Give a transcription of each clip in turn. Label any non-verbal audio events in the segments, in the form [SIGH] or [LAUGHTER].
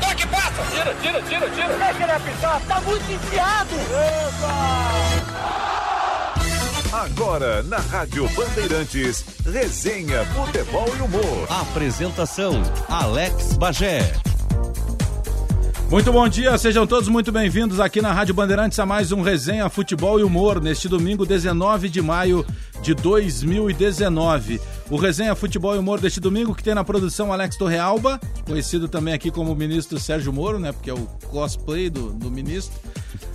toque, passa! Tira, tira, tira, tira! Deixa ele apitar, tá muito enfiado! Epa! Agora, na Rádio Bandeirantes, resenha, futebol e humor. Apresentação, Alex Bagé. Muito bom dia, sejam todos muito bem-vindos aqui na Rádio Bandeirantes a mais um Resenha Futebol e Humor neste domingo 19 de maio de 2019. O Resenha Futebol e Humor deste domingo que tem na produção Alex Torrealba, conhecido também aqui como ministro Sérgio Moro, né, porque é o cosplay do, do ministro.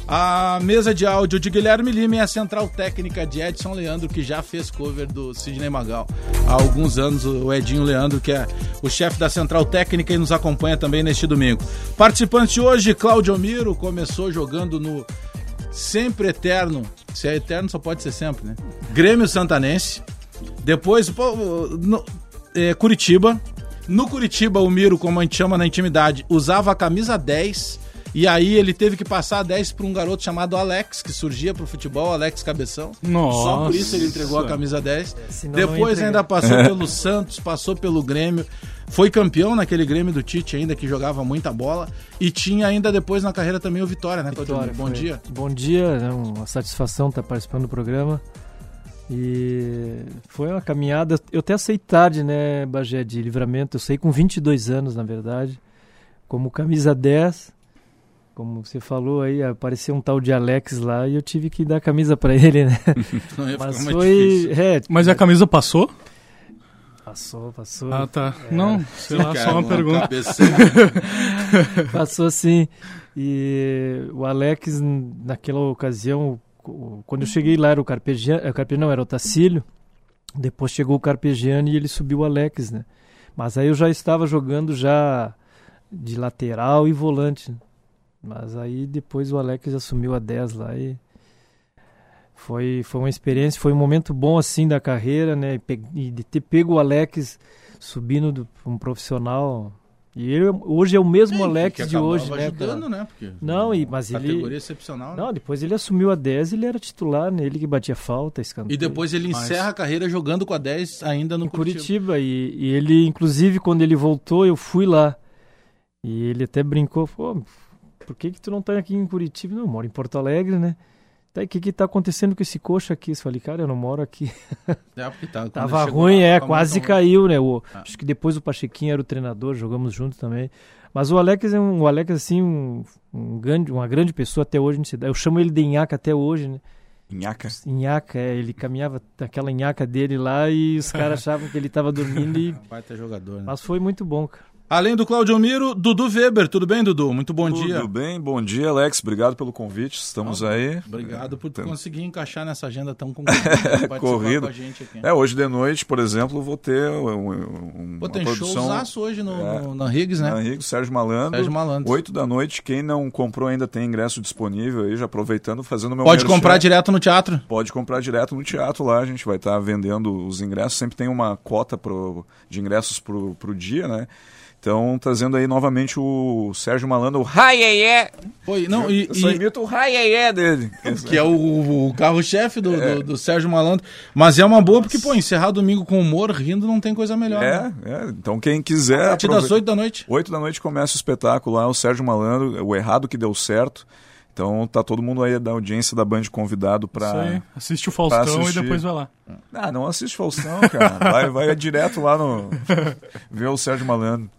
A mesa de áudio de Guilherme Lima e a central técnica de Edson Leandro, que já fez cover do Sidney Magal. Há alguns anos, o Edinho Leandro, que é o chefe da central técnica e nos acompanha também neste domingo. Participante hoje, Claudio Miro, começou jogando no sempre eterno, se é eterno só pode ser sempre, né? Grêmio Santanense, depois pô, no, é, Curitiba. No Curitiba, o Miro, como a gente chama na intimidade, usava a camisa 10 e aí ele teve que passar a 10 para um garoto chamado Alex, que surgia pro futebol, Alex Cabeção. Nossa. Só por isso ele entregou a camisa É, 10. Senão Depois ainda passou pelo Santos, passou pelo Grêmio. Foi campeão naquele Grêmio do Tite ainda, que jogava muita bola. E tinha ainda depois na carreira também o Vitória, né, Vitória, Bom foi. dia. Bom dia, é uma satisfação estar participando do programa. E foi uma caminhada, eu até sei tarde, né, Bagé, de livramento. Eu sei com 22 anos, na verdade, como camisa 10, como você falou aí, apareceu um tal de Alex lá e eu tive que dar a camisa para ele, [LAUGHS] né? Não ia Mas ficar mais foi, difícil. é, Mas a camisa passou? passou, passou, Ah, tá. Não, sei lá, É. Cara, só uma pergunta. cabeça- assim passou assim. E o Alex naquela ocasião, co- quando eu cheguei lá era o Carpegiani, eh, Carpe- não era o Tacílio. Depois chegou o Carpegiani e ele subiu o Alex, né? Mas aí eu já estava jogando já de lateral e volante. Mas aí depois o Alex assumiu a 10 lá e foi, foi uma experiência, foi um momento bom assim da carreira, né? E pe- E de ter pego o Alex subindo do, um profissional. E ele, hoje é o mesmo Que Alex de acabava hoje, né? cara? ajudando, né? Porque Não, e- mas ele- Categoria excepcional, né? Não, depois ele assumiu a 10 e ele era titular, né? Ele que batia falta, escanteio. E depois ele Mas- encerra a carreira jogando com a 10 ainda no em Curitiba. Curitiba. E, e ele, inclusive, quando ele voltou, eu fui lá. E ele até brincou, pô, por que que tu não tá aqui em Curitiba? Não, eu moro em Porto Alegre, né? Tá, e o que que tá acontecendo com esse coxa aqui? Eu falei, cara, eu não moro aqui. É, porque tá- quando Tava ele chegou ruim, lá, é, tava quase muito ruim. caiu, né? O, Ah. Acho que depois o Pachequinho era o treinador, jogamos junto também. Mas o Alex é um, o Alex, assim, um, um grande, uma grande pessoa até hoje na cidade. Eu chamo ele de Inhaca até hoje, né? Inhaca. Inhaca, é, ele caminhava naquela inhaca dele lá e os [LAUGHS] caras achavam que ele tava dormindo. [LAUGHS] e- Vai ter jogador, né? Mas foi muito bom, cara. Além do Claudio Miro, Dudu Weber. Tudo bem, Dudu? Muito bom Tudo dia. bem? Bom dia, Alex. Obrigado pelo convite. Estamos aí. Obrigado por Tem- conseguir encaixar nessa agenda [LAUGHS] tão concorrida. Corrido. com a gente aqui. É, hoje de noite, por exemplo, vou ter um, um, Pô, uma tem produção showzaço hoje no, É. no- na Riggs, né? na Rigo, Sérgio Malandro. Sérgio Malandro. 8 da noite. Quem não comprou ainda tem ingresso disponível aí, já aproveitando, fazendo meu Pode merchan. comprar direto no teatro. Pode comprar direto no teatro lá, a gente vai estar vendendo os ingressos, sempre tem uma cota pro, de ingressos pro, pro dia, né? Então, trazendo aí novamente o Sérgio Malandro, o Raiaié! Pô, e- não, e, Eu só e- imito o Raiaié dele. que é [LAUGHS] o, o carro-chefe do, do- do Sérgio Malandro. Mas é uma boa, porque, pô, encerrar domingo com humor, rindo, não tem coisa melhor. né? É, é, então quem quiser. A partir das 8 da noite. 8 da noite começa o espetáculo lá, o Sérgio Malandro, o errado que deu certo. Então tá todo mundo aí da audiência da Band convidado tá. Isso aí. pra. Assiste o Faustão e assistir. depois vai lá. Ah, não assiste Faustão, cara. vai, vai direto lá [LAUGHS] no. ver o Sérgio Malandro.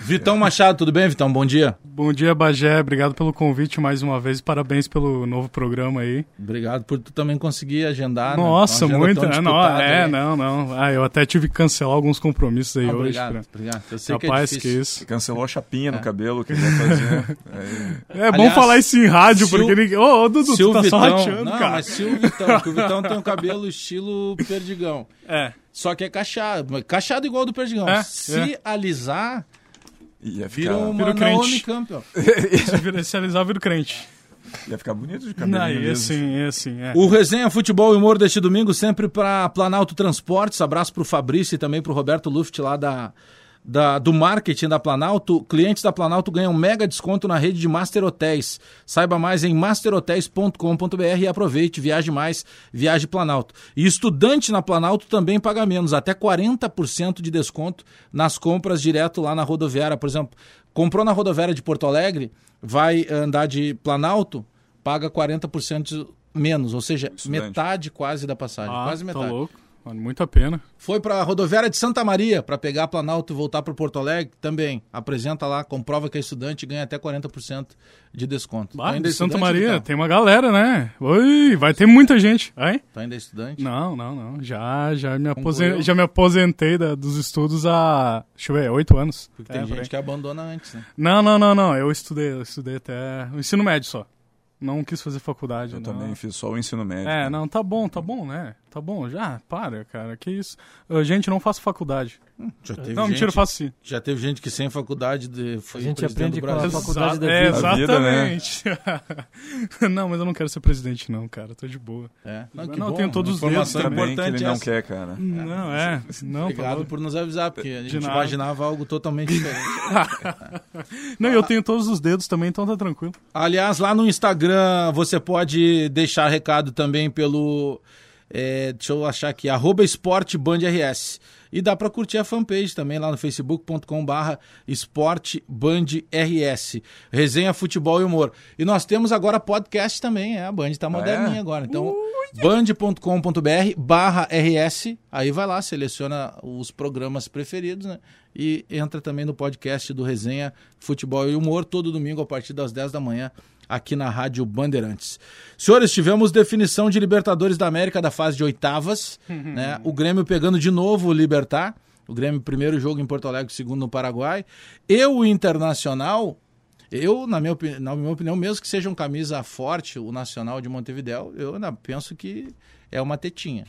Vitão Machado, tudo bem, Vitão? Bom dia. Bom dia, Bagé. Obrigado pelo convite mais uma vez. Parabéns pelo novo programa aí. Obrigado por tu também conseguir agendar. né? Nossa, Uma agenda muito. tão né? Não, disputada, é, né? não, não. Ah, eu até tive que cancelar alguns compromissos aí Ah, hoje. obrigado, pra- obrigado. Eu sei Capaz que é que difícil. isso. Cancelou a chapinha no cabelo que ele ia fazer. Aí, É Aliás, bom falar isso em rádio, se porque o- ninguém. Ô, ô, Dudu, Se tu o tá Vitão, só rateando, não, cara. mas se o Vitão, que o Vitão tem um cabelo estilo Perdigão. É. [LAUGHS] Só que é cachado, mas cachado igual ao do Perdigão. É, se alisar, ia, ficar, vira uma Vira o Naomi crente. Campbell. Se vira- Se alisar, vira o crente. ia ficar bonito de cabelo. Não, e assim, e assim. É. O Resenha Futebol e Humor deste domingo sempre para Planalto Transportes. Abraço pro Fabrício e também pro Roberto Luft lá da, da- do marketing da Planalto. Clientes da Planalto ganham mega desconto na rede de Master Hotéis. Saiba mais em masterhotels.com.br e aproveite, viaje mais, viaje Planalto. E estudante na Planalto também paga menos, até 40% de desconto nas compras direto lá na rodoviária, por exemplo. Comprou na rodoviária de Porto Alegre, vai andar de Planalto, paga 40% menos, ou seja, Estudante. metade quase da passagem. Ah, quase metade. Tá louco. Mano, muito a pena. Foi para a rodoviária de Santa Maria para pegar a Planalto e voltar para Porto Alegre também. Apresenta lá, comprova que é estudante e ganha até 40% de desconto. Lá ainda de estudante, Santa então. Maria, Vitão? tem uma galera, né? Oi, vai ter muita gente. Ai? Tu ainda é estudante? Não, não, não. Já, já, me, Concluiu? aposentei, já me aposentei da- dos estudos há, deixa eu ver, oito anos. Porque É, tem por aí. gente que abandona antes, né? Não, não, não, não. Eu estudei, eu estudei até o ensino médio só. Não quis fazer faculdade. Eu não. também fiz só o ensino médio. É, né? não, tá bom, tá bom, né? Tá bom, já, para, cara, que isso. Ah, gente, não faço faculdade. Já teve, É. não, gente, mentira, eu faço sim. já teve gente que sem faculdade de, foi A gente presidente aprende do com a Brasil. faculdade. da É, vida. Da vida, né? exatamente. [LAUGHS] não, mas eu não quero ser presidente, não, cara, tô de boa. É. Não, eu tenho todos os é Informação dedos Ainda bem que importante é ele não essa. quer, cara. Não, é, não, tá Obrigado louco. por nos avisar, porque a gente nada. imaginava algo [LAUGHS] totalmente diferente. Não, eu tenho todos os dedos também, então tá tranquilo. Aliás, lá no Instagram você pode deixar recado também pelo. é, deixa eu achar aqui, arroba esportebandrs. E dá para curtir a fanpage também lá no facebook.com.br esportebandrs. Resenha, futebol e humor. E nós temos agora podcast também, é, a Band tá moderninha agora. Então, band.com.br barra RS, aí vai lá, seleciona os programas preferidos, né? E entra também no podcast do Resenha Futebol e Humor, todo domingo a partir das 10 da manhã, aqui na Rádio Bandeirantes. Senhores, tivemos definição de Libertadores da América da fase de oitavas, né? O Grêmio pegando de novo o Libertar, o Grêmio primeiro jogo em Porto Alegre, segundo no Paraguai. E o Internacional eu, na minha, opini- na minha opinião, mesmo que seja um camisa forte, o Nacional de Montevideo, eu ainda penso que é uma tetinha.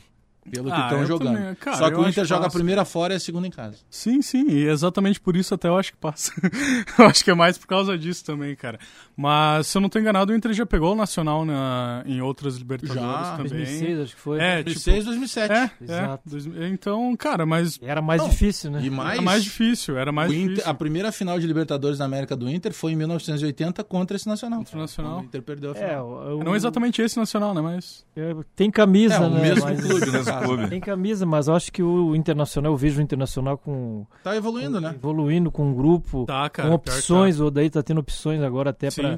Pelo que Ah, estão eu jogando. também, cara, Só que eu o acho Inter joga a fácil. Tipo, primeira fora e a segunda em casa. Sim, sim, e é exatamente por isso até eu acho que passa. [LAUGHS] eu acho que é mais por causa disso também, cara. Mas se eu não tô enganado, o Inter já pegou o Nacional na, em outras Libertadores Já, também. 2006, acho que foi. É, tipo, 2006, 2007. é, é, Exato. dois- então, cara, mas Era mais Não, difícil, né? E mais, era É mais difícil, era mais o Inter- difícil. a primeira final de Libertadores na América do Inter foi em 1980 contra esse Nacional. Contra o Nacional. Quando O Inter perdeu a É, final. o- Não exatamente esse Nacional, né, mas... é, tem camisa, É, o né? mesmo mas- clube, né? Mesmo clube. Tem camisa, mas eu acho que o Internacional, eu vejo o Internacional com Tá evoluindo, né? evoluindo com um grupo, Tá, cara, com pior que tá. opções, o Odaí tá tendo opções agora até Sim. pra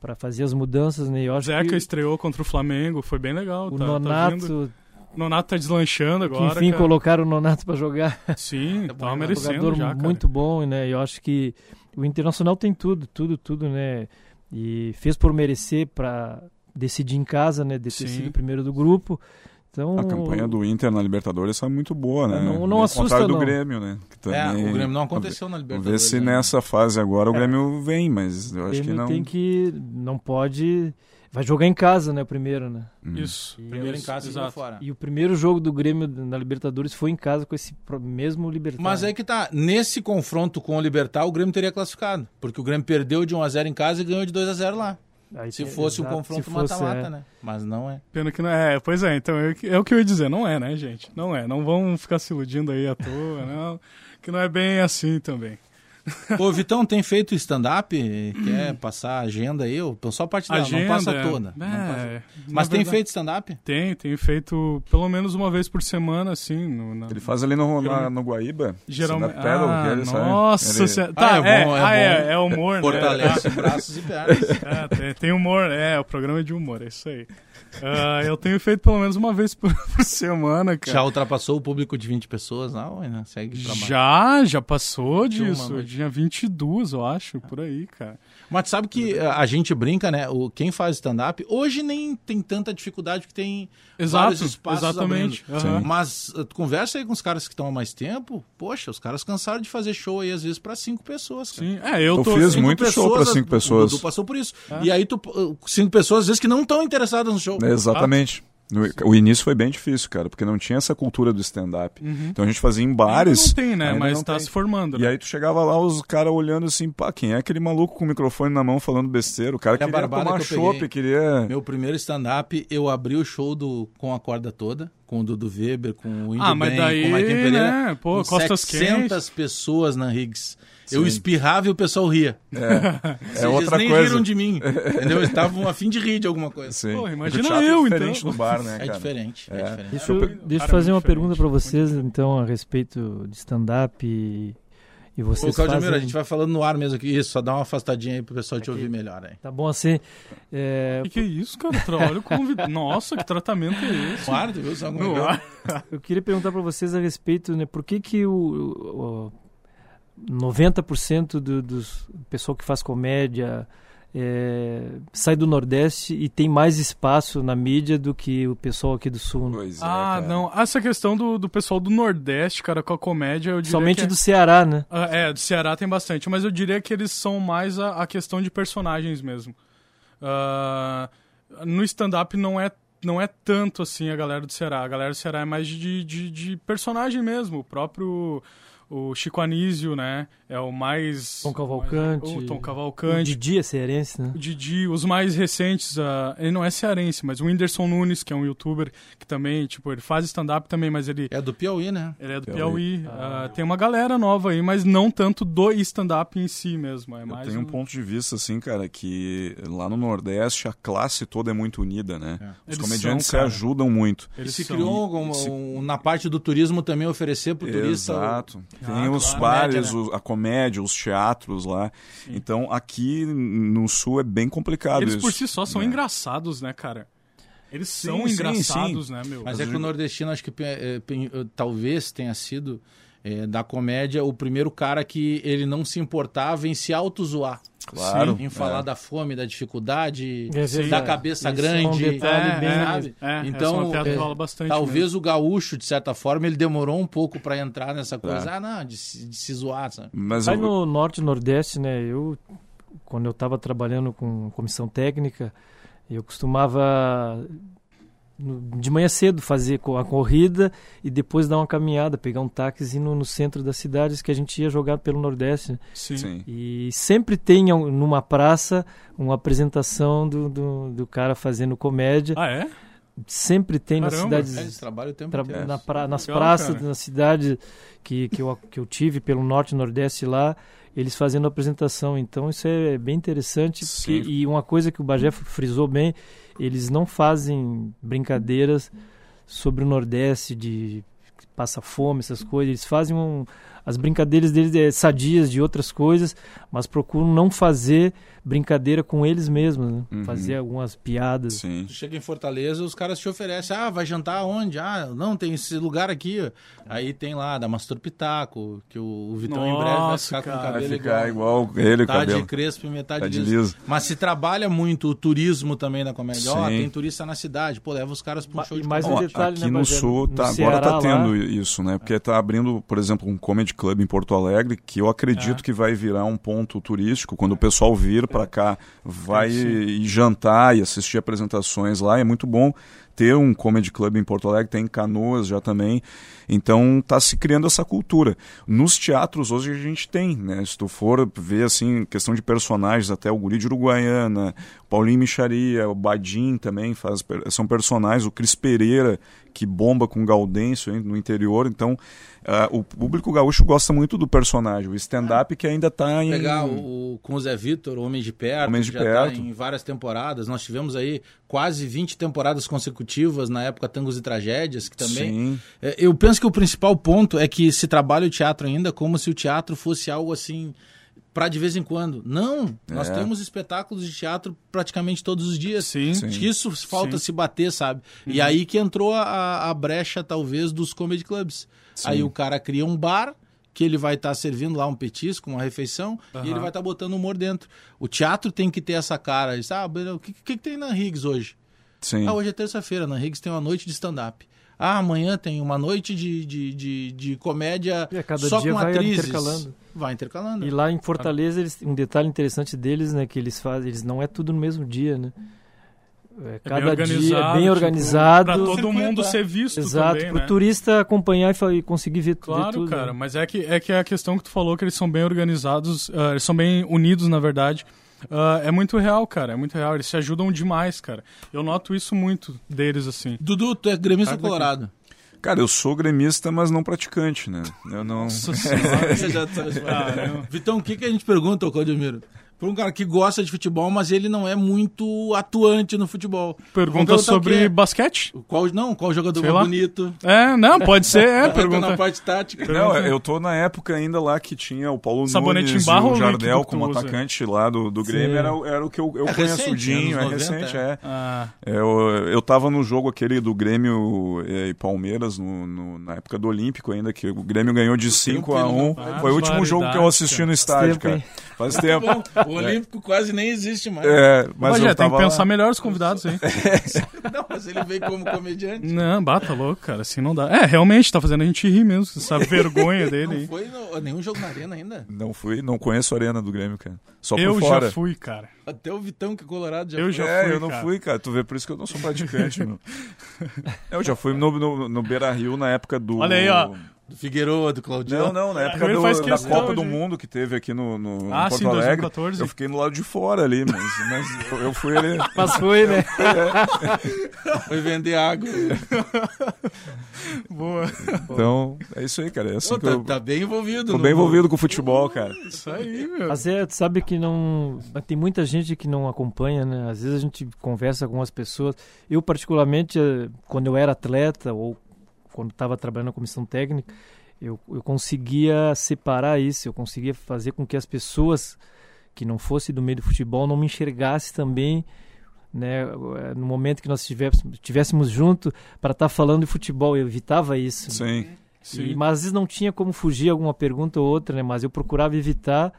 para fazer as mudanças, né? Eu acho Zeca que estreou contra o Flamengo, foi bem legal. o tá, Tá vindo. Nonato, Nonato tá deslanchando que agora. enfim cara. colocaram o Nonato pra jogar, Sim, Tá bom, tava né? um merecendo jogador já, cara. muito bom, né? Eu acho que o Internacional tem tudo, tudo, tudo, né? E fez por merecer pra decidir em casa, né? De ter Sim. sido o primeiro do grupo. Então, A campanha do Inter na Libertadores é muito boa, né? Não- não Ao assusta, contrário do não. Grêmio, né? Que É, também- o Grêmio não aconteceu na Vamos ver Libertadores. se né? nessa fase agora o É. Grêmio vem, mas eu o acho que Grêmio não. tem que não pode vai jogar em casa, né, o primeiro, né? Hum. Isso. Primeiro em casa e Exato. segundo fora. E o primeiro jogo do Grêmio na Libertadores foi em casa com esse pro- mesmo Libertadores. Mas é que tá, nesse confronto com o Libertar, o Grêmio teria classificado. Porque o Grêmio perdeu de 1x0 em casa e ganhou de 2x0 lá. É, Se fosse um confronto é. mata-mata, né? Mas não é. Pena que não é. Pois é, então eu- é o que eu ia dizer. Não é, né, gente? Não é. Não vão ficar se iludindo aí à toa, [LAUGHS] não. Que não é bem assim também. Ô, Vitão, tem feito stand-up? [CLEARS THROAT] Quer passar a agenda aí? Eu só parte dela, não passa é- toda. Não passa. É, Mas na tem verdade- feito stand-up? Tem, tem feito pelo menos uma vez por semana, assim. No, na- Ele faz ali no, na, no Guaíba. Geralmente. stand-up paddle, Ah, que ele sabe. nossa, Ele- senhora. tá, Ah, é, é bom, é ah, bom. é, é humor, né? [LAUGHS] Fortalece braços e pernas. Ah, tem, tem humor, é, o programa é de humor, é isso aí. Ah, eu tenho feito pelo menos uma vez por, [LAUGHS] por semana, [LAUGHS] cara. Já ultrapassou o público de 20 pessoas? Não, ainda segue o trabalho. Já, já passou De uma disso. noite. Tinha 22, eu acho, por aí, cara. Mas sabe que eh, a a gente brinca, né? O, quem faz stand-up, hoje nem tem tanta dificuldade porque tem vários Exato, espaços exatamente. abrindo. Aham. Mas uh, tu conversa aí com os caras que estão há mais tempo, poxa, os caras cansaram de fazer show aí às vezes pra cinco pessoas, cara. Sim, é, eu Eu tô. fiz Cinco muito show pra cinco o pessoas. É. Dudu passou por isso. E aí tu uh, cinco pessoas às vezes que não estão interessadas no show. Exatamente. No- o início foi bem difícil, cara, porque não tinha essa cultura do stand-up. Então a gente fazia em bares. Não tem, né? ainda Mas não tá tem. se formando. E né? aí tu chegava lá, os caras olhando assim, pá, quem é aquele maluco com o microfone na mão falando besteira? O cara É a queria barbada tomar que eu peguei. chopp, queria... Meu primeiro stand-up, eu abri o show do Com a Corda Toda, com o Dudu Weber, com o Índio Ah, mas Bem, daí, com o Maiken Pereira. né? Pô, com costas 700 quentes. pessoas na Higgs. Eu Sim. espirrava e o pessoal ria. [LAUGHS] É outra Eles nem coisa. riram de mim, entendeu? Eles estavam a fim de rir de alguma coisa. Sim. É Pô, que o imagina teatro eu, é diferente então. do bar, né, É cara? diferente, é, É. diferente. Deixa eu, é Super- deixa eu Cara, fazer uma muito diferente, pergunta para vocês, então, a respeito de stand-up e, E vocês Ô, Claudemiro, fazem... a gente vai falando no ar mesmo aqui. Isso, só dá uma afastadinha aí pro pessoal te ouvir melhor, hein? Tá bom assim. É, Que que é isso, cara? Olha o convidado. Nossa, que tratamento é esse? Claro, viu? Só como é que No eu- ar. eu queria perguntar para vocês a respeito, né? Por que que o, o- o 90% do, dos pessoal que faz comédia é, sai do Nordeste e tem mais espaço na mídia do que o pessoal aqui do Sul? né? Pois é, Ah, cara. não. Essa questão do, do pessoal do Nordeste, cara, com a comédia, eu diria Somente que... é do Ceará, né? Ah, É, do Ceará tem bastante, mas eu diria que eles são mais a, a questão de personagens mesmo. Ah, no stand-up não é, não é tanto assim a galera do Ceará. A galera do Ceará é mais de, de, de personagem mesmo. O próprio o Chico Anísio, né? É o mais. Tom Cavalcante. o Tom O Cavalcante. Didi é cearense, né? O Didi, os mais recentes, ah, ele não é cearense, mas o Whindersson Nunes, que é um youtuber que também, tipo, ele faz stand-up também, mas ele É do Piauí, né? ele é do Piauí. Piauí. Ah, tem uma galera nova aí, mas não tanto do stand-up em si mesmo. É Eu mais tenho um ponto de vista, assim, cara, que lá no Nordeste a classe toda é muito unida, né? Os Eles comediantes se são, cara. ajudam muito. E Eles se são- criou algum- um- na parte do turismo também oferecer pro turista. o- Exato. Tem Ah, os claro. bares, Comédia, o- a comédia, os teatros lá. Então aqui no Sul é bem complicado Eles isso. por si só são né? engraçados, né, cara? Eles são sim, engraçados, sim. né, meu? Mas é que o nordestino, acho que pe- eh, pe- eh, talvez tenha sido eh, da comédia o primeiro cara que ele não se importava em se autozoar. Claro, Em falar é. da fome, da dificuldade, É verdade. da Isso cabeça é um grande. detalhe É, bem- é, sabe? é, essa é uma então, piada que eh, rola bastante talvez o gaúcho, de certa forma, ele demorou um pouco para entrar nessa coisa. Ah, não, de, se- de se zoar. Sabe? Mas Aí eu- no norte e nordeste, né? Eu, quando eu estava trabalhando com comissão técnica, eu costumava no- de manhã cedo fazer co- a corrida e depois dar uma caminhada, pegar um táxi no, no centro das cidades que a gente ia jogar pelo nordeste. né. Sim. sim. E sempre tem um- numa praça uma apresentação do, do, do cara fazendo comédia. Ah, é? Sempre tem nas Caramba. cidades é Eles trabalham o tempo Tra- inteiro. na pra- nas Legal, praças cara. da cidade que, que, eu, que eu tive pelo norte e nordeste lá, eles fazendo apresentação. Então isso é bem interessante. Sim. porque- e uma coisa que o Bagé frisou bem, eles não fazem brincadeiras sobre o Nordeste de passa fome, essas coisas. Eles fazem um, as brincadeiras deles é sadias de outras coisas, mas procuram não fazer brincadeira com eles mesmos, né? fazer algumas piadas. Sim. Tu chega em Fortaleza, os caras te oferecem. Ah, vai jantar onde? Ah, não, tem esse lugar aqui. Aí tem lá, da Mastur Pitaco, que o, o Vitão em breve vai Nossa, ficar com o cara, Vai cabelo ficar igual. igual ele, o Tá Metade cabelo. crespo e metade Tá de liso. liso. Mas se trabalha muito o turismo também na comédia. Ó, Sim. tem turista na cidade. Pô, leva os caras pra um Ma- show e de mais comédia. um detalhe, aqui né, no Bagé? sul No tá, agora Ceará, lá- tá É. tendo isso, né? Porque tá abrindo, por exemplo, um comedy club em Porto Alegre, que eu acredito É. que vai virar um ponto turístico quando o pessoal vir para cá, vai e jantar e assistir apresentações lá, é muito bom ter um comedy club em Porto Alegre, tem em Canoas já também. Então tá se criando essa cultura. Nos teatros hoje a gente tem, né? Se tu for ver assim, questão de personagens, até o Guri de Uruguaiana, Paulinho Micharia, o Badim também faz, per- são personagens, o Cris Pereira, que bomba com o Gaudêncio hein, no interior. Então, ah, o público gaúcho gosta muito do personagem, o stand-up que ainda tá em. Pegar o, o- com o Zé Vitor, o Homem de Perto, Homem que de já está Perto. em várias temporadas. Nós tivemos aí quase 20 temporadas consecutivas na época Tangos e Tragédias, que também Sim, É, Eu penso que o principal ponto é que se trabalha o teatro ainda como se o teatro fosse algo assim para de vez em quando. Não, nós É. temos espetáculos de teatro praticamente todos os dias. Sim. Sim. Uhum. Acho que Isso falta se bater, sabe? E aí que entrou a, a brecha, talvez, dos comedy clubs. Aí o cara cria um bar que ele vai estar servindo lá um petisco, uma refeição, e ele vai estar botando humor dentro. O teatro tem que ter essa cara. ele diz, Ah, o que, que, que tem na Higgs hoje? sim. Ah, hoje é terça-feira, na Riggs tem uma noite de stand-up. Ah, amanhã tem uma noite de, de, de, de comédia É, cada só dia com vai atrizes. intercalando. Vai intercalando. E lá em Fortaleza, eles, um detalhe interessante deles, né, que eles fazem, eles não é tudo no mesmo dia, né? É, cada dia é bem tipo, organizado. pra todo é. mundo ser visto Exato, também, pro né? turista acompanhar e, fa- e conseguir ver, ver Claro, tudo. né? cara, mas é que, é que a questão que tu falou que eles são bem organizados, ah, eles são bem unidos, na verdade. ah, é muito real, cara, é muito real. Eles se ajudam demais, cara. Eu noto isso muito deles, assim. Dudu, tu é gremista Sai daqui. colorado. Cara, eu sou gremista, mas não praticante, né? Eu não. [LAUGHS] Nossa senhora. Ah, Vitão, o que, que a gente pergunta ao Claudemiro? Pra um cara que gosta de futebol, mas ele não é muito atuante no futebol. Pergunta Vamos perguntar sobre quem é. basquete? Qual, não, qual jogador Sei mais lá. bonito? É, não, pode [LAUGHS] ser. É, Entra na pergunta. parte tática. [LAUGHS] Não, é eu tô na época ainda lá que tinha o Paulo né? Sabonete Nunes em e barro ou o líquido Jardel que tu como usa? atacante lá do, do Sim. Grêmio, era, o- era o que eu, eu É conheço recente, o Dinho, é anos 90, recente, é. Ah, Eu, eu tava no jogo aquele do Grêmio eh, e Palmeiras, no, no- na época do Olímpico ainda, que o Grêmio ganhou de 5 a 1 né? Foi o último jogo que eu assisti no estádio, tempo, hein? cara. Faz tempo. Tá O Olímpico quase nem existe mais. É, mas mas eu já tem que tava lá. pensar melhor os [LAUGHS] convidados aí. Não, mas ele veio como comediante. Não, bata louco, cara, assim não dá. É, realmente, tá fazendo a gente rir mesmo, [LAUGHS] essa vergonha dele. Não aí. foi no- nenhum jogo na arena ainda. Não fui, não conheço a arena do Grêmio, cara. Só por Eu fora. já fui, cara. Até o Vitão que é colorado já Eu foi. já é, fui, eu não cara. fui, cara. Tu vê, por isso que eu não sou praticante, meu. É, Eu já fui no, no, no Beira Rio na época do. Olha aí, ó. Do Figueiredo, do Claudio. Não, não, na época Ele do- faz da questão Copa de- do Mundo que teve aqui no, no Ah, em Porto sim, Alegre. 2014. Eu fiquei no lado de fora ali, mas, mas eu, eu fui ali. Mas foi, é um né? Foi vender água. Boa. Então, é isso aí, cara. É assim Pô, que tá, eu. tá bem envolvido. Tô no- bem envolvido com o futebol, cara. Isso aí, meu. Mas é, tu sabe que não. mas Tem muita gente que não acompanha, né? Às vezes a gente conversa com as pessoas. Eu, particularmente, eh, quando eu era atleta ou quando estava trabalhando na comissão técnica, eu, eu conseguia separar isso, eu conseguia fazer com que as pessoas que não fossem do meio do futebol não me enxergassem também. Né, eh, no momento que nós estivéssemos tivéssemos junto para estar falando de futebol, eu evitava isso. né? Sim. E, Sim. mas às vezes não tinha como fugir alguma pergunta ou outra, né? Mas eu procurava evitar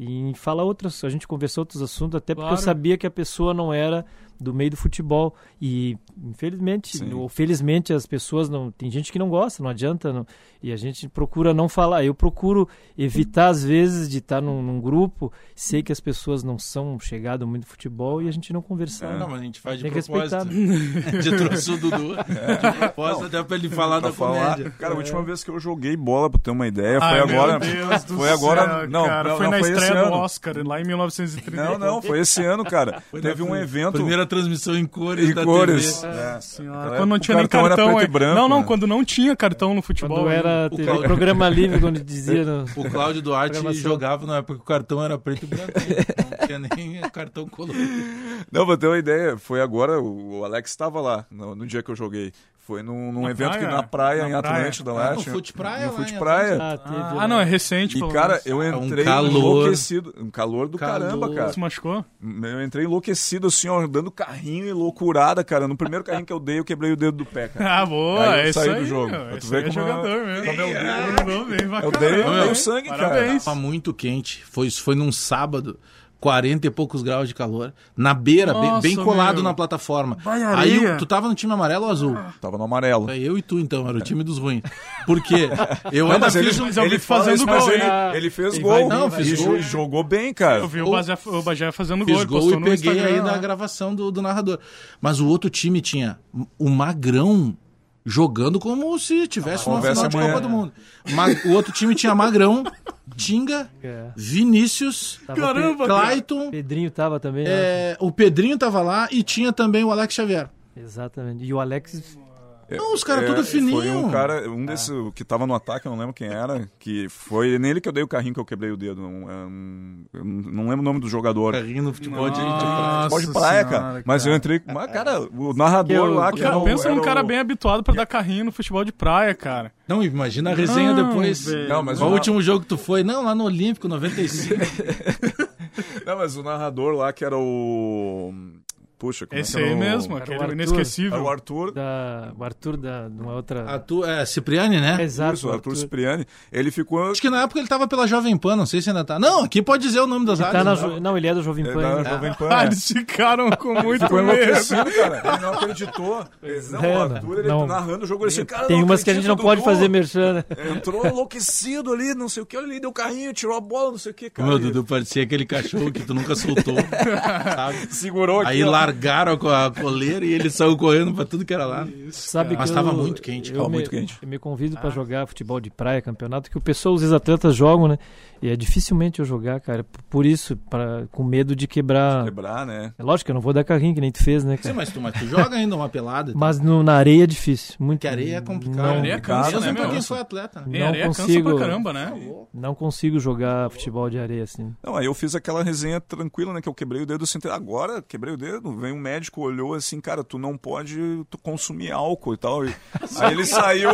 e falar outras. A gente conversou outros assuntos, até porque Claro. eu sabia que a pessoa não era do meio do futebol. E infelizmente, Sim. ou felizmente, as pessoas não. Tem gente que não gosta, não adianta. não- e a gente procura não falar. Eu procuro evitar, às vezes, de estar num, num grupo, sei que as pessoas não são chegadas muito do futebol e a gente não É, conversar. Ah, Não, mas a gente faz de Tem que propósito. respeitar. [LAUGHS] Já trouxe o [LAUGHS] Dudu de propósito até pra ele falar Pra da falar. comédia. Cara, a última vez que eu joguei bola, pra ter uma ideia, Ai, foi agora. Ah, Meu Deus do foi agora- céu, não, cara. não, foi não, na foi estreia esse do ano. Oscar, lá em 1930. Não, não, foi esse ano, cara. Teve um evento Primeira transmissão em cores em da cores. TV. É. Senhora, Naquela quando não época tinha o nem cartão era cartão. preto aí- e branco, não, não, né? quando não tinha cartão no futebol. né? Quando era o TV, cara- programa livre, quando [LAUGHS] dizia. né? no- O Cláudio Duarte Programação. jogava na época que o cartão era preto e branco. né? Então, Não tinha nem cartão colorido. Não, pra ter uma ideia, foi agora, o o Alex estava lá no, no dia que eu joguei. Foi num, num Na evento praia? que na praia, Na em praia. Atlântida lá. Ah, no tinha- Fute Praia No lá Fute em Praia. Ah, teve Ah, lá. não, é recente. E, pelo cara, menos. eu É um entrei calor. enlouquecido. Um calor do Calor. caramba, cara. Se machucou? [LAUGHS] Eu entrei enlouquecido, assim, ó, dando carrinho e loucurada, cara. No primeiro carrinho que eu dei, eu quebrei o dedo do pé, cara. Ah, boa, Aí eu é isso saí aí. do jogo. meu, Pra tu esse ver aí é como é- jogador mesmo. Mandou bem pra Eu dei, eu caramba, dei hein? o sangue, cara. Parabéns. Tava muito quente. Foi, foi num sábado, 40 e poucos graus de calor. Na beira, bem- Nossa, bem, colado meu. na plataforma. Vai, Aí areia. o- tu tava no time amarelo ou azul? Tava no amarelo. É, Eu e tu, então, era o time dos ruins. Porque eu Não, ainda mas ele, fiz um. mas alguém ele fala fazendo isso, mas gol, ele, hein? ele fez Ele gol. vai- Não, fez e gol. jo- jogou bem, cara. Eu vi Ou- o Bagé, o Bagé fazendo gol. Fiz ele gol postou e no peguei Instagram, aí né? na gravação do, do narrador. Mas o outro time tinha o Magrão jogando como se tivesse uma Conversa final de amanhã. Copa do Mundo. Ma- o outro time tinha Magrão, Tinga, É. Vinícius, Tava Caramba, Clayton, Pedrinho tava também. né? é, o Pedrinho tava lá e tinha também o Alex Xavier. Exatamente. E o Alex. Não, os caras É, tudo fininho. Foi um cara, É. um desse que tava no ataque, eu não lembro quem era, que foi nele que eu dei o carrinho que eu quebrei o dedo. Um, é um- eu não lembro o nome do jogador. Carrinho no futebol de- de praia. Nossa Pode praia, senhora, cara. Mas eu entrei. Mas, cara, o narrador É, Eu- lá eu que Cara, era o- pensa num era o- cara bem habituado pra dar carrinho no futebol de praia, cara. Não, imagina a resenha Não, depois. velho. Não, mas Qual o o- último jogo que tu foi? Não, lá no Olímpico, 95. Não, mas o narrador lá que era o. Puxa, como Esse é que era aí o- mesmo, Era o aquele Arthur. Era inesquecível. o Arthur. Da, o Arthur da, de uma outra. A tu, é, Cipriani, né? Exato. Isso, o Arthur Cipriani. Ele ficou. Acho que na época ele tava pela Jovem Pan, não sei se ainda tá. Não, aqui pode dizer o nome das Tá áreas. na né? Jo- Não, ele é do Jovem é, Pan. da né? Jovem Pan. Ah, é. eles ficaram [LAUGHS] com muito Ficou medo. enlouquecido, cara. Ele não acreditou. Ele- Não, o Arthur, ele é, tá Não. narrando o jogo, ele disse, cara, Tem não umas que a gente não acredito, pode Dudu. fazer merchan. né? Entrou enlouquecido ali, não sei o que, ele deu um carrinho, tirou a bola, não sei o que, cara. [LAUGHS] Meu Dudu parecia aquele cachorro que tu nunca soltou. sabe? [LAUGHS] segurou aqui. Aí ó. largaram a a coleira e ele saiu correndo pra tudo que era lá. Sabe Mas que tava eu- muito quente, eu tava me, muito quente. Ah. Eu me convido pra jogar futebol de praia, campeonato, que o pessoal, os atletas jogam, né? E é dificilmente eu jogar, cara. p- Por isso, pra, com medo de quebrar. Quebrar, né? É lógico que eu não vou dar carrinho, que nem tu fez, né? cara? Sim, mas tu, mas tu joga ainda uma pelada. Mas no- na areia é difícil. Muito, Que areia é complicado. Não, Areia cansa, Mesmo né, pra meu? quem foi atleta, né? E Não areia consigo. cansa pra caramba, né? não consigo jogar futebol de areia assim. Não, aí eu fiz aquela resenha tranquila, né? Que eu quebrei o dedo assim. Agora, quebrei o dedo. Vem um médico, olhou assim, cara, tu não pode tu consumir álcool e [LAUGHS] tal. E- aí ele saiu,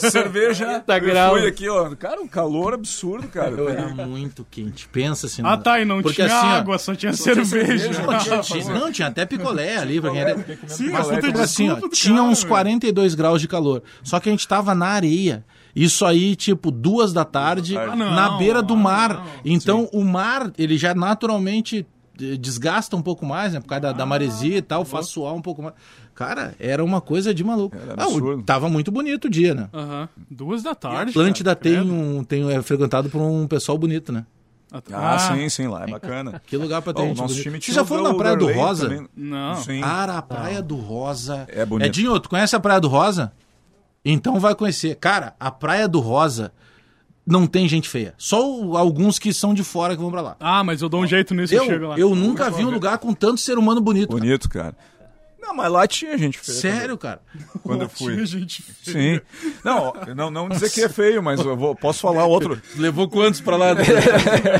cerveja. Tá eu grau. fui aqui, ó. Cara, um calor absurdo, cara. Eu era muito quente. Pensa assim. Ah, tá, e não Porque tinha assim, ó, água, só tinha cerveja. Não, tinha, [LAUGHS] tinha- não, tinha até picolé ali pra quem era. Sim, Mas puta tipo assim, ó, desculpa do tinha cara, uns meu. 42 graus de calor. Só que a gente tava na areia. Isso aí, tipo, duas da tarde, Ah, não, na beira do ah, mar. não. Então, o mar, ele já naturalmente eh, desgasta um pouco mais, né? Por causa da, da maresia e tal, faz suar um pouco mais. Cara, era uma coisa de maluco. Era Ah, o- absurdo. tava muito bonito o dia, né? Aham. Duas da tarde. Atlântida cara, tem credo. um, tem, um- é frequentado por um pessoal bonito, né? Ah, sim, sim, lá é bacana. [LAUGHS] Que lugar pra ter Ó, o gente nosso bonita. time Vocês tinha já o foram Del- na Praia do Derlei Rosa? Ah, também. Não. Sim. Cara, a Praia do Rosa. É bonito. Edinho, tu conhece a Praia do Rosa? Então vai conhecer. Cara, a Praia do Rosa não tem gente feia. Só o- alguns que são de fora que vão pra lá. Ah, mas eu dou um jeito nisso e chego Eu, lá. Então, eu nunca vi um lugar com tanto ser humano bonito. cara. Bonito, cara. Não, mas lá tinha gente feia. Sério, cara. Quando eu fui. Tinha gente [LAUGHS] feia. Sim. Não, não, não dizer que é feio, mas eu vou, posso falar [LAUGHS] outro. Levou quantos pra lá?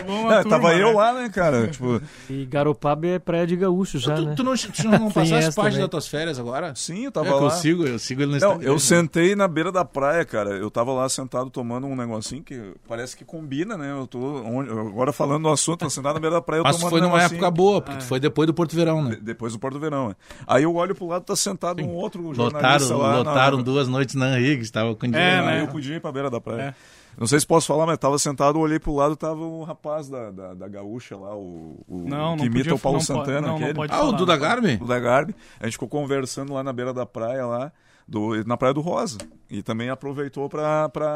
Bom, a Ah, turma, tava eu né? lá, né, cara? Tipo, E Garopaba é praia de gaúcho já, né? tu, tu não, tu não essa passaste parte também. das tuas férias agora? sim, eu tava É que lá. eu sigo, eu sigo ele no tá Não, Instagram. eu sentei na beira da praia, cara. Eu tava lá sentado tomando um negocinho que parece que combina, né? Eu tô onde- agora falando do assunto, eu sentado na beira da praia, eu Mas tomando foi um numa negocinho. época boa, porque tu foi depois do Porto Verão, né? De- Depois do Porto do Verão, é. Aí eu olho pro lado, tá sentado um outro jornalista Lotaram, lá. na- lotaram duas noites na Riggs, tava com dinheiro. É, na né? Aí eu podia ir pra beira da praia. Não sei se posso falar, mas tava sentado, olhei pro lado, tava o rapaz da, da, da gaúcha lá, o, o- Não, que não imita podia- o Paulo não pode- Santana, não, não aquele. pode Ah, o falar, Duda né? Garbi? do da Garbi. A gente ficou conversando lá na beira da praia, lá do, na Praia do Rosa. E também aproveitou para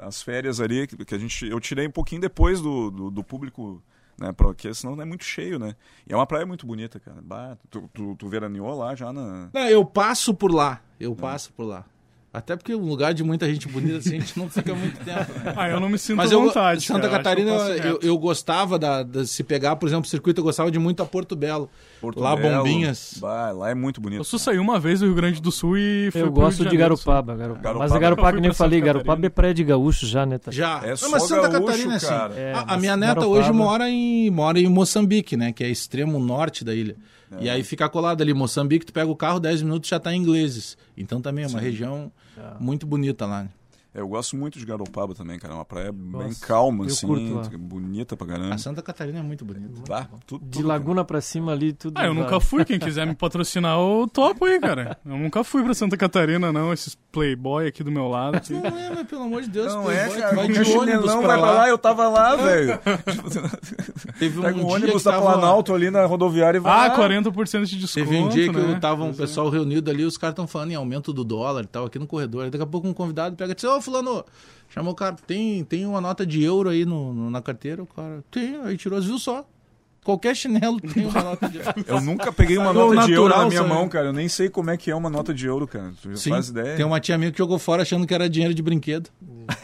as férias ali, que que a gente, eu tirei um pouquinho depois do, do, do público, né? pra- Porque senão não é muito cheio, né? E é uma praia muito bonita, cara. Bah, tu, tu, tu veraneou lá já na. Não, eu passo por lá. Eu passo por lá. Até porque é um lugar de muita gente bonita, assim, a gente não fica muito tempo, né? Ah, eu não me [LAUGHS] sinto Mas à eu, vontade. Santa cara. Acho que Catarina, eu é, passo eu, reto. eu gostava da, da- se pegar, por exemplo, o circuito, eu gostava de muito a Porto Belo. Porto lá, Belo. Bombinhas. Bah, lá é muito bonito. Eu só saí uma vez do Rio Grande do Sul e fui Eu pro gosto Rio de Janeiro, Garopaba, Garopaba. Mas é Garopaba. Eu Garopaba, fui que nem eu pra Santa falei, Catarina. Garopaba é praia de gaúcho já, né? Tá? Já. É não, só mas Santa gaúcho, Catarina é assim. cara. É, a, a mas minha neta Garopaba- hoje mora em, mora em Moçambique, né? Que é extremo norte da ilha. É. E aí fica colado ali. Moçambique, tu pega o carro, 10 minutos já tá em ingleses. Então também é uma região muito bonita lá. né? Eu gosto muito de Garopaba também, cara. É uma praia bem Gosto. calma, Eu assim, curto lá. bonita pra caramba. A Santa Catarina é muito bonita. Bah, tudo, De tudo, Laguna pra cima ali, tudo. Ah, eu vale. nunca fui. Quem quiser me patrocinar, eu topo aí, cara. Eu nunca fui pra Santa Catarina, não. Esses playboy aqui do meu lado. assim. aqui. [LAUGHS] Não é, mas pelo amor de Deus, Não Playboy, é, tu cara. vai Vai de ônibus pra vai pra lá. lá, eu tava lá, velho. Teve Pega um dia ônibus que da tava- Planalto ali na rodoviária e vai Ah, lá. 40% de desconto, Teve um dia que né? eu tava um é. pessoal reunido ali, os caras estão falando em aumento do dólar e tal, aqui no corredor. Aí Daqui a pouco um convidado pega e diz, ô fulano, chamou o cara, tem, tem uma nota de euro aí no, no- na carteira? O cara, tem, aí tirou, viu só? Qualquer chinelo tem uma nota [LAUGHS] de euro. Eu nunca peguei uma Saiu nota de natural, euro na minha saiu. mão, cara. Eu nem sei como é que é uma nota de euro, cara. Tu já faz ideia? tem uma tia minha que jogou fora achando que era dinheiro de brinquedo. Não, [LAUGHS]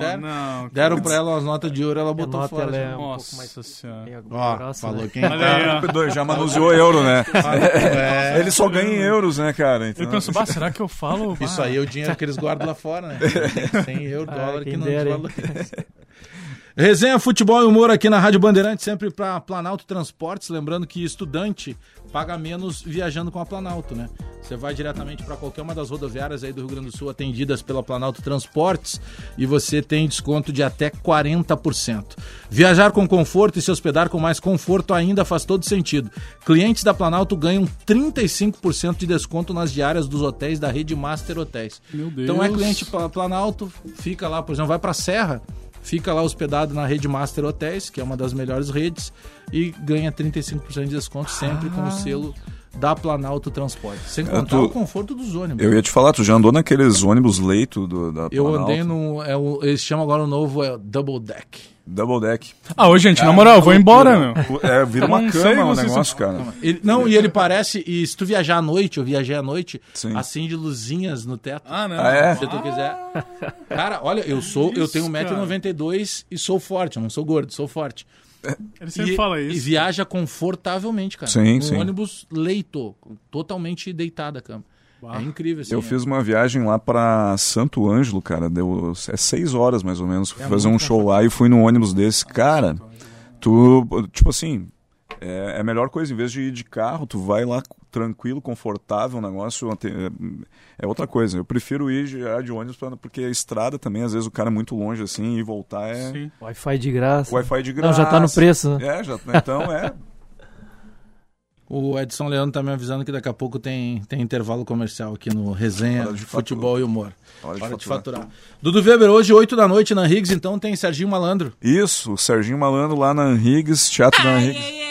Sério? não. cara. Deram pra ela as notas de ouro, ela A botou nota fora. ela é um já. pouco mais Nossa senhora. Ó, grossa, falou né? [LAUGHS] quem Olha aí, tá... ó. Dois, já manuseou euro, né? É, Ele só ganha em euros, né, cara? Então, Eu penso, bah, será que eu falo? Bah, Isso aí é o dinheiro que eles guardam lá [LAUGHS] fora, né? Sem euro, Ah, dólar, quem que não dera, hein? desvaloriza. Resenha, futebol e humor aqui na Rádio Bandeirantes, sempre para Planalto Transportes. Lembrando que estudante paga menos viajando com a Planalto, né? Você vai diretamente para qualquer uma das rodoviárias aí do Rio Grande do Sul atendidas pela Planalto Transportes e você tem desconto de até 40%. Viajar com conforto e se hospedar com mais conforto ainda faz todo sentido. Clientes da Planalto ganham 35% de desconto nas diárias dos hotéis da rede Master Hotéis. Meu Deus. Então é cliente Pla- Planalto, fica lá, por exemplo, vai pra Serra, fica lá hospedado na rede Master Hotéis, que é uma das melhores redes, e ganha 35% de desconto sempre com o selo da Planalto Transporte. Sem Eu contar tô- o conforto dos ônibus. Eu ia te falar, tu já andou naqueles ônibus leito do, da Eu Planalto? andei no. É, o- eles chamam agora o novo é, Double Deck. Double deck. Ah, ô, gente, na moral, eu vou embora, meu. É, vira uma Não cama sei o vocês- negócio, cara. Ele- não, e ele parece. E se tu viajar à noite, eu viajei à noite, Sim. acende luzinhas no teto. Ah, não. Ah, é? Se tu quiser. Cara, olha, eu sou, eu Isso, tenho 1,92m e sou forte, eu não sou gordo, sou forte. Ele sempre e, fala e isso. viaja confortavelmente, cara. Sim, um sim. ônibus leito, totalmente deitado a cama. É incrível assim. Eu é. fiz uma viagem lá pra Santo Ângelo, cara. Deu é seis horas mais ou menos. Fui fazer um show lá e fui num ônibus desse. Cara, tu, tipo assim, é, é a melhor coisa. Em vez de ir de carro, tu vai lá tranquilo, confortável. O negócio ante- é outra coisa. Eu prefiro ir já de ônibus, pra- porque a estrada também, às vezes o cara é muito longe assim e voltar é. Sim. Wi-Fi de graça. Wi-Fi de Não, graça. já tá no preço, né? É, já, então [LAUGHS] é. O Edson Leandro tá me avisando que daqui a pouco tem, tem intervalo comercial aqui no Resenha, Hora de faturar. Futebol e Humor. Hora de Hora de faturar. faturar. Dudu Weber, hoje, 8 da noite, na Riggs, então tem Serginho Malandro. Isso, o Serginho Malandro lá na Henrigues, Teatro da Henrigues. É,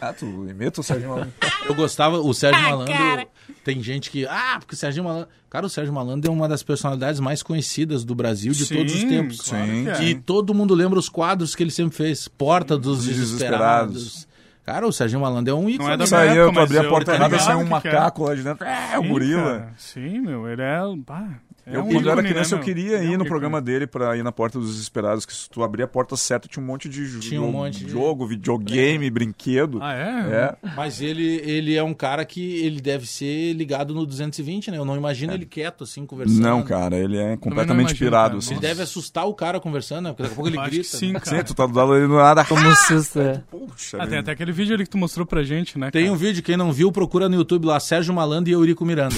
Ah, tu imita o Serginho Malandro. Eu gostava, o Sérgio Ah, Malandro. cara. Tem gente que. Ah, porque o Sérgio Malandro. Cara, o Sérgio Malandro é uma das personalidades mais conhecidas do Brasil de todos os tempos. claro Sim, que é. E todo mundo lembra os quadros que ele sempre fez. Porta dos Desesperados. Desesperados. Cara, o Sérgio Malandro é um ícone. é da né? Isso aí, época, eu tu mas abri a eu porta tô errada, ligado saiu um que que é. macaco lá de dentro. É, o Sim, gorila. cara. Sim, meu, ele é. pá, é Eu, um quando eu era ícone, criança, né, eu meu? queria Ele é ir um no ícone. programa dele pra ir na Porta dos Desesperados, que se tu abrir a porta certa, tinha um monte de jo- Tinha um monte de- jogo, videogame, brinquedo. Ah, é? É, Mas ele, ele é um cara que ele deve ser ligado no 220, né? Eu não É. imagino ele quieto, assim, conversando. Não, cara, ele é completamente imagino, pirado. cara. assim. Ele deve assustar o cara conversando, né? Porque daqui a pouco ele Eu acho que grita. sim, né? cara. Sim, tu tá do lado dele do nada. Como um susto, é. Puxa, Ah, tem vida. até aquele vídeo ali que tu mostrou pra gente, né? Tem cara? um vídeo, quem não viu, procura no YouTube lá, Sérgio Malandro e Eurico Miranda.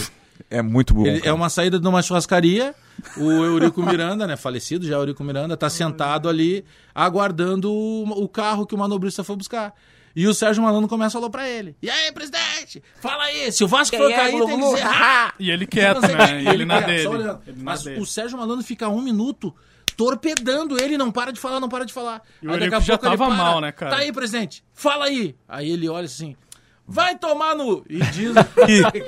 é muito bom. Ele- cara. é uma saída de uma churrascaria. O [LAUGHS] Eurico Miranda, né? Falecido já, Eurico Miranda, tá sentado ali aguardando o, o carro que o manobrista foi buscar. E o Sérgio Malandro começa a aloprar pra ele. E aí, presidente? Fala aí, se o Vasco Quem for é, cair, tem que Gugu? [LAUGHS] dizer. "Ah!" E ele quieto, Não sei né? quem. E ele na quer, só dele. olhando. Ele na Mas dele. o Sérgio Malandro fica um minuto torpedando ele, não para de falar, não para de falar. E o Eurico já ele tava para. mal, né, cara? Tá aí, presidente, fala aí. Aí ele olha assim, vai tomar no... E diz... [LAUGHS]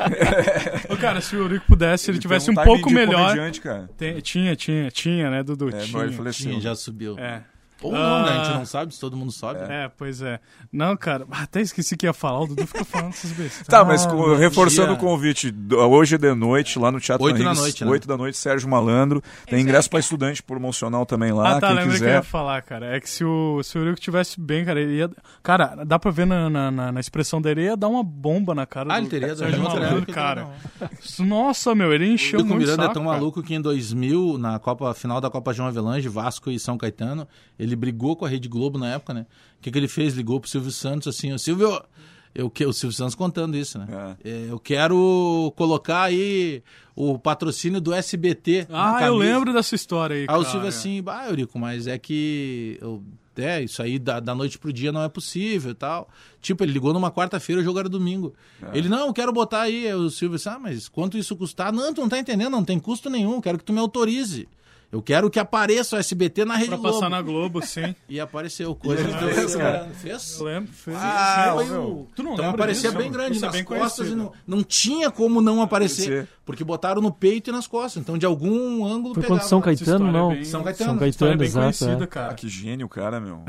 Ô, cara, se o Eurico pudesse, se ele, Tem tivesse um, timing pouco de melhor. comediante, cara. Tem- tinha, tinha, tinha, né, Dudu? É, tinha. mas ele faleceu. Sim, já subiu. É. Ou não, né? A gente Ah. não sabe se todo mundo sobe. né? É, pois é. Não, cara, [LAUGHS] até esqueci que ia falar, o Dudu fica falando essas besteiras. Tá, mas co- reforçando dia. o convite, do- hoje de noite, lá no Teatro Oito da Henriques, noite, né? 8 da noite, Sérgio Malandro. Tem ingresso pra estudante promocional também lá, Ah, tá, quem lembrei que eu ia quiser. falar, cara. É que se o, se o Eurico tivesse bem, cara, ele ia. Cara, dá pra ver na, na, na- na expressão dele, ele ia dar uma bomba na cara Ah, do ele teria dado Sérgio uma bomba, Malandro, cara. É, cara. Nossa, meu, ele O encheu Eurico muito Miranda saco, é tão cara. maluco que em 2000, na Copa, final da Copa João Avelange, Vasco e São Caetano, ele brigou com a Rede Globo na época, né? O que, que ele fez? Ligou pro Silvio Santos assim, ô Silvio, eu que o Silvio Santos contando isso, né? É, eu quero colocar aí o patrocínio do SBT. na Ah, eu camisa." lembro dessa história aí, Aí cara. o Silvio assim, bah, Eurico, mas é que. Eu, é, isso aí da, da noite pro dia não é possível e tal. Tipo, ele ligou numa quarta-feira, o jogo era domingo. É. Ele, não, eu quero botar aí. Aí O Silvio disse, ah, mas quanto isso custar? Não, tu não tá entendendo, não tem custo nenhum, eu quero que tu me autorize. Eu quero que apareça o SBT na Rede Pra Globo. passar na Globo, sim. E apareceu coisa. ele Então, fez, [LAUGHS] esse cara. cara Fez? Eu lembro, fez. Ah, Foi meu. o- Tu não então lembra aparecia disso? bem grande Isso é nas bem costas e conhecido. não, não tinha como não aparecer. Aparecer. Porque botaram no peito e nas costas. Então, de algum ângulo Foi pegava. contra São Essa história Caetano, é não. bem- São Caetano. São História Caetano, bem exato. conhecida, é. Ah, cara. que gênio, cara, meu.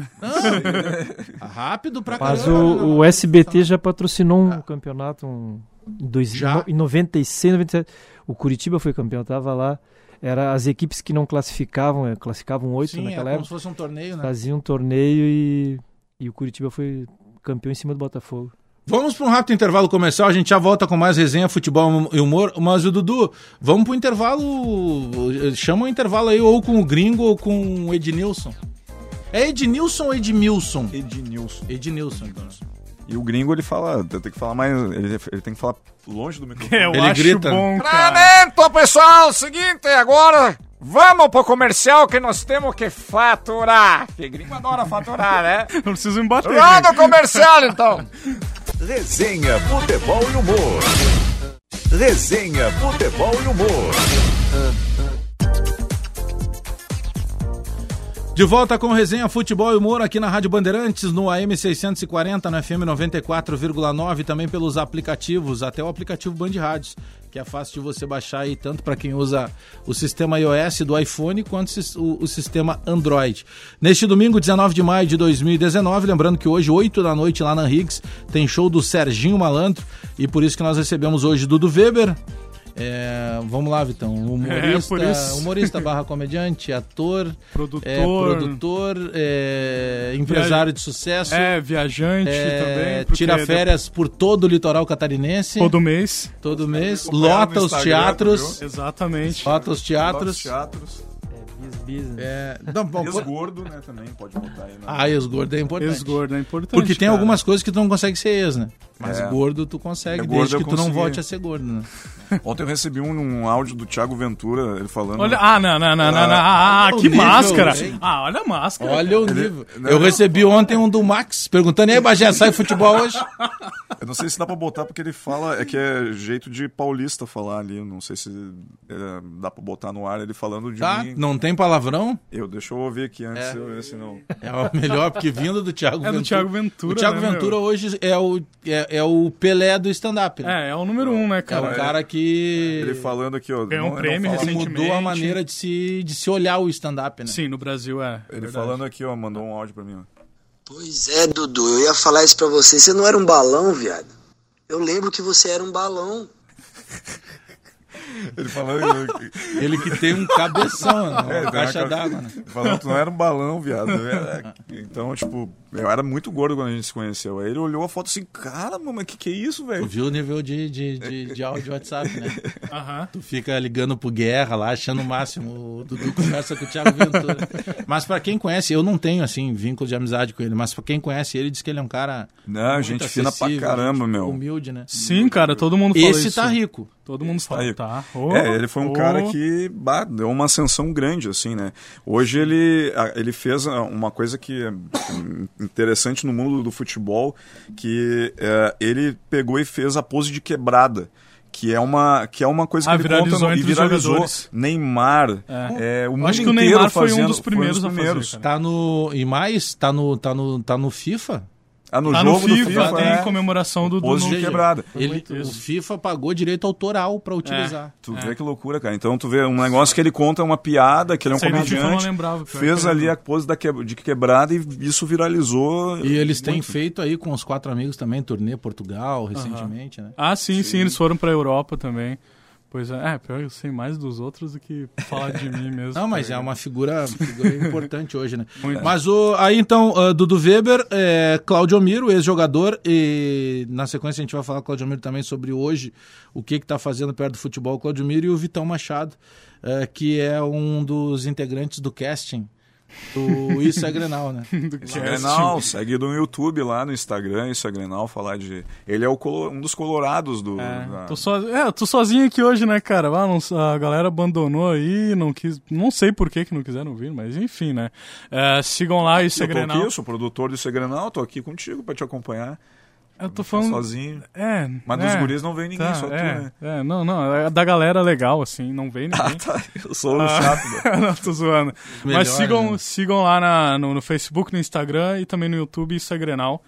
Ah, Rápido pra Mas caramba. o, o SBT já patrocinou um campeonato um, em, dois, É. Já? em 96, 97. O Curitiba foi campeão, tava lá. Era as equipes que não classificavam, eh, classificavam oito Sim, naquela é como época. se fosse um torneio, né? Faziam um torneio e, e o Curitiba foi campeão em cima do Botafogo. Vamos para um rápido intervalo comercial, a gente já volta com mais resenha, futebol e humor. Mas o Dudu, vamos pro intervalo. Chama o intervalo aí, ou com o gringo ou com o Ednilson. É Ednilson ou Edmilson? Ednilson. Ednilson, então. E o gringo, ele fala, tem que falar mais, ele, ele tem que falar longe do microfone. Eu Ele acho grita. bom, cara. Lamento, pessoal. Seguinte, agora vamos pro comercial que nós temos que faturar. Que gringo adora faturar, né? [LAUGHS] Não preciso me bater. Lá gente. no comercial, então. Resenha, futebol e humor. Resenha, futebol e humor. De volta com resenha Futebol e Humor aqui na Rádio Bandeirantes, no AM 640, no FM 94,9, também pelos aplicativos, até o aplicativo Band Rádios. que é fácil de você baixar aí, tanto para quem usa o sistema iOS do iPhone quanto sis- o, o sistema Android. Neste domingo, 19 de maio de 2019, lembrando que hoje, 8 da noite, lá na Higgs, tem show do Serginho Malandro e por isso que nós recebemos hoje Dudu Weber. É, vamos lá, Vitão. Humorista, por isso. humorista barra comediante, ator, Produtor. é, produtor, é, empresário de sucesso. É, viajante também. porque é, tira férias por todo o litoral catarinense, todo, Todo mês. mês, acompanhar lota no os Instagram, teatros, Exatamente. lota os Novos teatros. teatros. Bis, bis, né? É, não, bom, pô- Ex-gordo, né? Também pode botar aí. né? ah, ex-gordo é importante. Ex-gordo é importante. Porque tem cara. algumas coisas que tu não consegue ser ex, né? Mas É. gordo tu consegue, É, gordo desde eu que tu não consegui. volte a ser gordo, né? Ontem eu recebi um, um áudio do Thiago Ventura, ele falando. Olha, ah, não, não, não, não, não. Ah, Ah, o que nível, máscara. hein? Ah, olha a máscara. Olha o nível. não, Eu não. recebi ontem um do Max perguntando: e aí, Bagé, sai futebol hoje? Eu não sei se dá pra botar, porque ele fala. É que é jeito de paulista falar ali. eu Não sei se é, dá pra botar no ar ele falando de Tá? mim. Não tem palavrão? Eu, deixa eu ouvir aqui antes, É. eu, esse não. É o melhor, porque vindo do Thiago É do Thiago Ventura. O Thiago né, meu? Ventura hoje é o, é, é o Pelé do stand-up. né? É, é o número um, né, É um cara? cara que É. Ele falando aqui, ó. Ganhou um não- não prêmio fala- que mudou a recentemente. maneira de se, de se olhar o stand-up, né? Sim, no Brasil é. Ele falando aqui, ó, mandou um áudio pra mim. ó. Pois é, Dudu, eu ia falar isso pra você. Você não era um balão, viado? Eu lembro que você era um balão. Ele falando. Ele que tem um cabeção, né? Uma É, tem caixa uma ca- d'água, né? [LAUGHS] Falando, tu não era um balão, viado. Eu era- Então, tipo, eu era muito gordo quando a gente se conheceu. Aí ele olhou a foto assim, cara, mano, mas que que é isso, Tu velho? viu o nível de, de, de, de áudio WhatsApp, né? Aham. Tu fica ligando pro Guerra lá, achando o máximo. O Dudu conversa com o Thiago Ventura. Mas pra quem conhece, eu não tenho, assim, vínculo de amizade com ele, mas pra quem conhece ele, diz que ele é um cara. Não, muito Ah, gente fina pra acessível, caramba, gente meu. Humilde, né? Sim, cara, todo mundo fala Esse isso. tá rico. Todo mundo fala. rico. Tá. Ô, É, ele foi um ô. cara que bah, deu uma ascensão grande, assim, né? Hoje ele, a- ele fez ah, uma coisa que é interessante no mundo do futebol, que eh, ele pegou e fez a pose de quebrada. Que é uma, que é uma coisa que Ah, ele viralizou conta no- e entre os viralizou. jogadores. Neymar, é. o mundo Acho que o inteiro Neymar foi um fazendo- dos primeiros foi um dos a fazer, primeiros. cara. Tá no. E mais, tá no, tá no, tá no FIFA. Ah, no Tá no jogo do FIFA, FIFA, tem né? comemoração do Pose do- de quebrada. Ele, o FIFA pagou direito autoral pra utilizar. Tu vê que loucura, cara. Então tu vê um negócio que ele conta uma piada, que ele é um Sei lá, eu não comediante, lembrava, pior fez que eu é ali não. a pose da que- de quebrada e isso viralizou. E eles têm feito aí com os quatro amigos também, turnê Portugal, recentemente, né? Ah, sim, sim, eles foram pra Europa também. Pois é, é, pior que eu sei mais dos outros do que falar de mim mesmo. tá Não, mas é uma figura, figura importante hoje, né? [LAUGHS] Muito. Mas o, aí então, ah, Dudu Weber, é, Claudio Miro, ex-jogador, e na sequência a gente vai falar com o Claudio Miro também sobre hoje, o que que tá fazendo perto do futebol, o Claudio Miro e o Vitão Machado, eh, que é um dos integrantes do casting do Isso é Grenal, [LAUGHS] né? Isso é Grenal, segue do YouTube lá no Instagram, isso é Grenal, falar de. Ele é o colo- um dos colorados do. da- É, tô so... é, eu tô sozinho aqui hoje, né, cara? Ah, não- A galera abandonou aí, não quis. Não sei por que, que não quiseram vir, mas enfim, né? É, sigam lá e Eu tô Segrenal. aqui, eu sou produtor do Segrenal, tô aqui contigo pra te acompanhar, Eu tô falando. tá [LAUGHS] sozinho. É, Mas é, dos guris não vem ninguém, tá, só tu, é, né? É, não, não. É da galera legal, assim, não [LAUGHS] vem ninguém. Tá, eu sou Ah. o [LAUGHS] [LAUGHS] chato. né? Ah, não, tô zoando. Melhor, Mas sigam, né? sigam lá na- no, no Facebook, no Instagram e também no YouTube, isso é Grenal.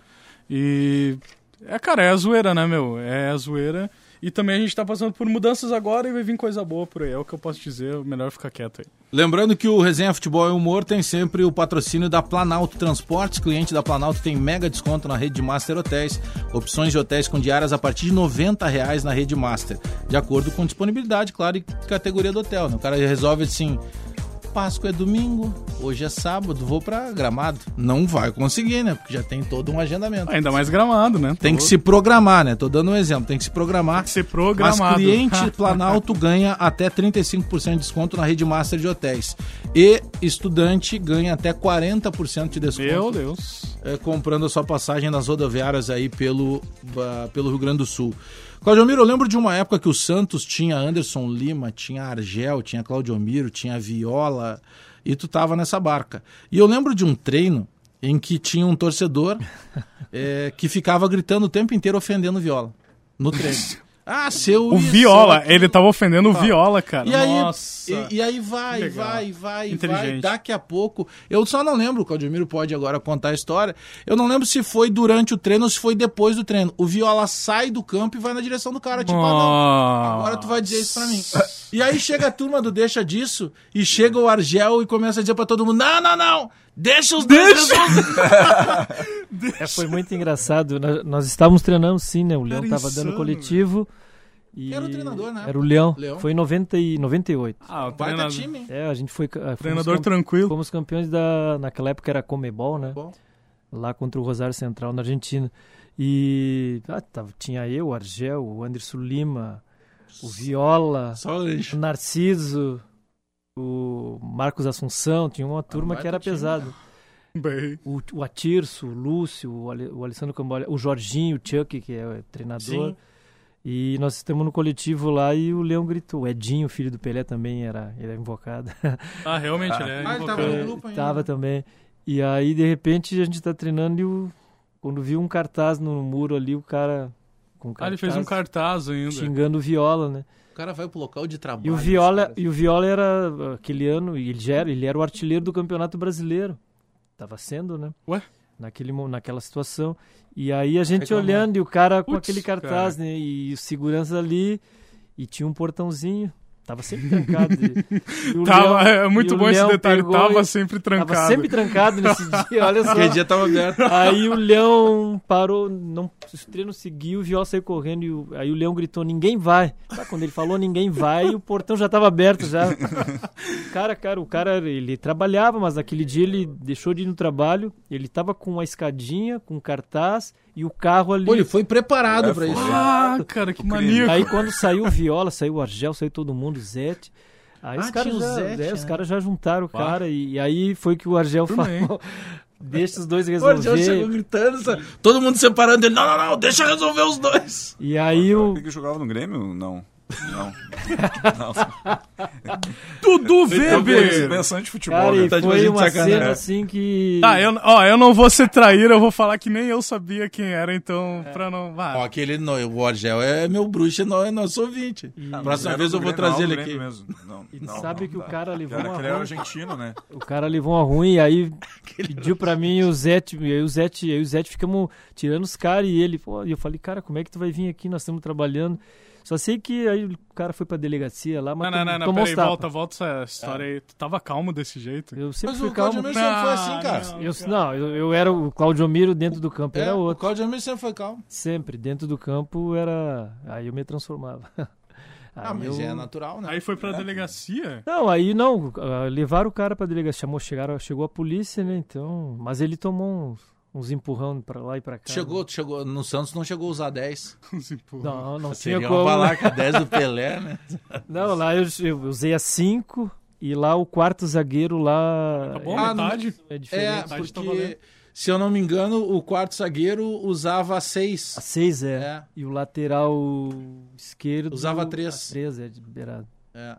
E. É, cara, é a zoeira, né, meu? É a zoeira. E também a gente tá passando por mudanças agora e vai vir coisa boa por aí. É o que eu posso dizer, melhor ficar quieto aí. Lembrando que o Resenha Futebol e Humor tem sempre o patrocínio da Planalto Transportes. Cliente da Planalto tem mega desconto na rede de Master Hotéis. Opções de hotéis com diárias a partir de R$ 90 reais na rede Master. De acordo com disponibilidade, claro, e categoria do hotel. né? O cara resolve assim... Páscoa é domingo, hoje é sábado, vou pra Gramado. Não vai conseguir, né? Porque já tem todo um agendamento. Ah, Ainda mais gramado, né? Tem que se programar, né? Tô dando um exemplo, então tem que se programar. que ser programado. Mas [LAUGHS] cliente Planalto ganha até 35% de desconto na rede master de hotéis. E estudante ganha até 40% de desconto Meu Deus. eh, comprando a sua passagem nas rodoviárias aí pelo, ba- pelo Rio Grande do Sul. Claudio Miro, eu lembro de uma época que o Santos tinha Anderson Lima, tinha Argel, tinha Claudio Miro, tinha Viola, e tu tava nessa barca. E eu lembro de um treino em que tinha um [LAUGHS] é, torcedor eh, que ficava gritando o tempo inteiro ofendendo Viola no treino. Ah, seu. O isso, Viola, aquilo. ele tava ofendendo o Viola, cara. E aí, Nossa. e, e aí vai, Legal. vai, vai, vai. Inteligente. Daqui a pouco. Eu só não lembro, o Claudimiro pode agora contar a história. Eu não lembro se foi durante o treino ou se foi depois do treino. O Viola sai do campo e vai na direção do cara, tipo, ah, não. Agora tu vai dizer isso pra mim. E aí chega a turma do Deixa Disso e chega o Argel e começa a dizer pra todo mundo: Não, não, não! Deixa os dois. resolver." É, foi muito engraçado. Nós, nós estávamos treinando, sim, né? O Leão Cara, estava insano, dando coletivo. E Era o treinador, né? Era o Leão. Leão. Foi em 90 e 98. Ah, o Baita treinador, time, hein? É, a gente foi. ah, Fomos treinador cam- tranquilo. Fomos campeões da. Naquela época era Comebol, né? Bom. Lá contra o Rosário Central, na Argentina. E. Ah, tava, tinha eu, o Argel, o Anderson Lima, o Viola, Só o o Narciso, o Marcos Assunção. Tinha uma turma que um baita era time, né? pesada. Bem. o, o Atirso, o Lúcio, o, Ale, o Alessandro Cambolia, o Jorginho, o Chuck, que é o treinador. Sim. E nós estamos no coletivo lá e o Leão gritou. O Edinho, filho do Pelé, também era, ele era invocado. [LAUGHS] Ah, realmente, ele é Ah, ele tava invocado. no grupo ainda. Tava também. E aí, de repente, a gente tá treinando e o, quando viu um cartaz no muro ali, o cara. Com Ah, cartaz, ele fez um cartaz ainda. Xingando o viola, né? O cara vai pro local de trabalho. E o Viola, e o Viola era aquele ano, e ele já era, ele era o artilheiro do Campeonato Brasileiro. Tava sendo, né? Ué? Naquele, mo- naquela situação. E aí a gente Reclamando. olhando e o cara com Putz, aquele cartaz, né? E o segurança ali e tinha um portãozinho. Tava sempre [LAUGHS] trancado. E- e o Tava, Leão- é e muito o bom esse Leão detalhe. pegou Tava e- sempre tava trancado. sempre trancado nesse dia, olha só. Aquele dia tava aberto. Aí o Leão parou, não, o treino seguiu, o Viola saiu correndo, e o- aí o Leão gritou, ninguém vai. Tá, quando ele falou ninguém vai, o portão já estava aberto já. O Cara, cara, o cara, ele trabalhava, mas naquele dia ele deixou de ir no trabalho, ele tava com uma escadinha, com um cartaz, e o carro ali... Pô, ele foi preparado É, pra foi. isso. Ah, cara, que maníaco. Aí quando saiu o Viola, saiu o Argel, saiu todo mundo, o Zete. Aí Ah, os caras tinha o já, Zete, é, os né? caras já juntaram o cara e, e aí foi que o Argel Tudo bem. falou. [LAUGHS] Deixa os dois O Argel chegou resolver. gritando, sabe? todo mundo separando ele. Não, não, não, deixa eu resolver os dois. [LAUGHS] E aí o, Ele jogava no Grêmio? Não. [LAUGHS] Não. Dudu Eu Weber! pensando de futebol. Cara, né? e Tá de foi imagem de uma sacanagem. cena assim que. Tá, eu, ó, eu não vou ser traíra, eu vou falar que nem eu sabia quem era, É. então, pra não. vá. [LAUGHS] Ó, aquele não, o Argel é meu bruxo, não é nosso ouvinte. Próxima Era um vez do eu vou Grêmio, não, trazer ele do aqui. Grêmio Mesmo. Não, E não, sabe não que o dá. cara levou Cara, uma aquele era ruim. argentino, né? O cara levou uma ruim, e aí pediu pra mim e o Zete. E aí o Zete, e aí o Zete ficamos tirando os caras e ele. Pô, e eu falei, cara, como é que tu vai vir aqui? Nós estamos trabalhando. Só sei que aí o cara foi pra delegacia lá, mas Não, não, tom- não, não, tomou os peraí, tapas. volta, volta essa história É. aí. Tu tava calmo desse jeito? Eu sempre Mas fui o calmo. Claudio Amir sempre foi assim, cara. Não, Eu, não, eu, eu era o Claudio Miro dentro do campo, É, era o outro. Claudio Amir sempre foi calmo. Sempre, dentro do campo era. Aí eu me transformava. [LAUGHS] Ah, Aí mas eu- é natural, né? Aí foi pra delegacia? Não, aí não, ah, levaram o cara pra delegacia, chamou, chegaram, chegou a polícia, né, então, mas ele tomou uns, uns empurrão pra lá e pra cá. Chegou, chegou, no Santos não chegou a usar 10. Não, não tinha Seria como. uma balaca 10 do Pelé, né? [LAUGHS] Não, lá eu, eu usei a 5 e lá o quarto zagueiro lá Tá bom, Ah, é, metade? é [LAUGHS] É, diferente. Tarde tá porque, valendo. se eu não me engano, o quarto zagueiro usava A 6. 6 é. É. E o lateral esquerdo Usava três. a Três é de beirada. É.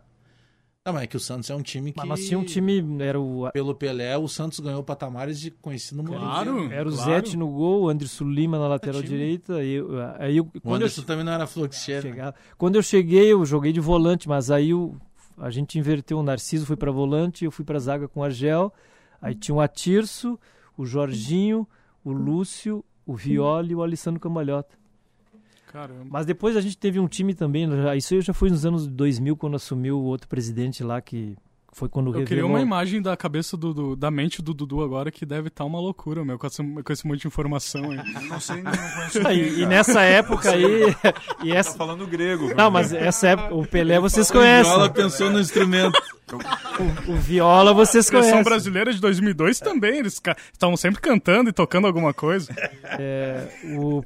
Não, mas é que o Santos é um time que... Mas nós tinha um time, era o Pelo Pelé, o Santos ganhou patamares de conhecido no mundo inteiro. Claro. era o claro. Zete no gol, o Anderson Lima na lateral direita, e eu- aí eu, O quando eu Anderson também não era fluxeiro. né? Chegava. Quando eu cheguei, eu joguei de volante, mas aí o- a gente inverteu. O Narciso foi pra volante, eu fui pra zaga com o Argel. Aí tinha o Atirso, o Jorginho, o Lúcio, o Viola e o Alessandro Cambalhota. Caramba. Mas depois a gente teve um time também. já- Isso eu já fui nos anos 2000, quando assumiu o outro presidente lá, que foi quando Eu queria uma revelou- imagem da cabeça do, do- da mente do Dudu agora que deve estar uma loucura, meu, com, essa- com esse monte de [LAUGHS] informação aí. Não [LAUGHS] sei, não conheço Ah, ninguém, e, e cara. nessa época [LAUGHS] aí. e Tá essa... falando grego. Não, mas essa época. O Pelé vocês conhecem. Viola pensou no [LAUGHS] instrumento. O Viola vocês A seleção conhecem. brasileira de 2002 também, eles ca- estavam sempre cantando e tocando alguma coisa. O, É,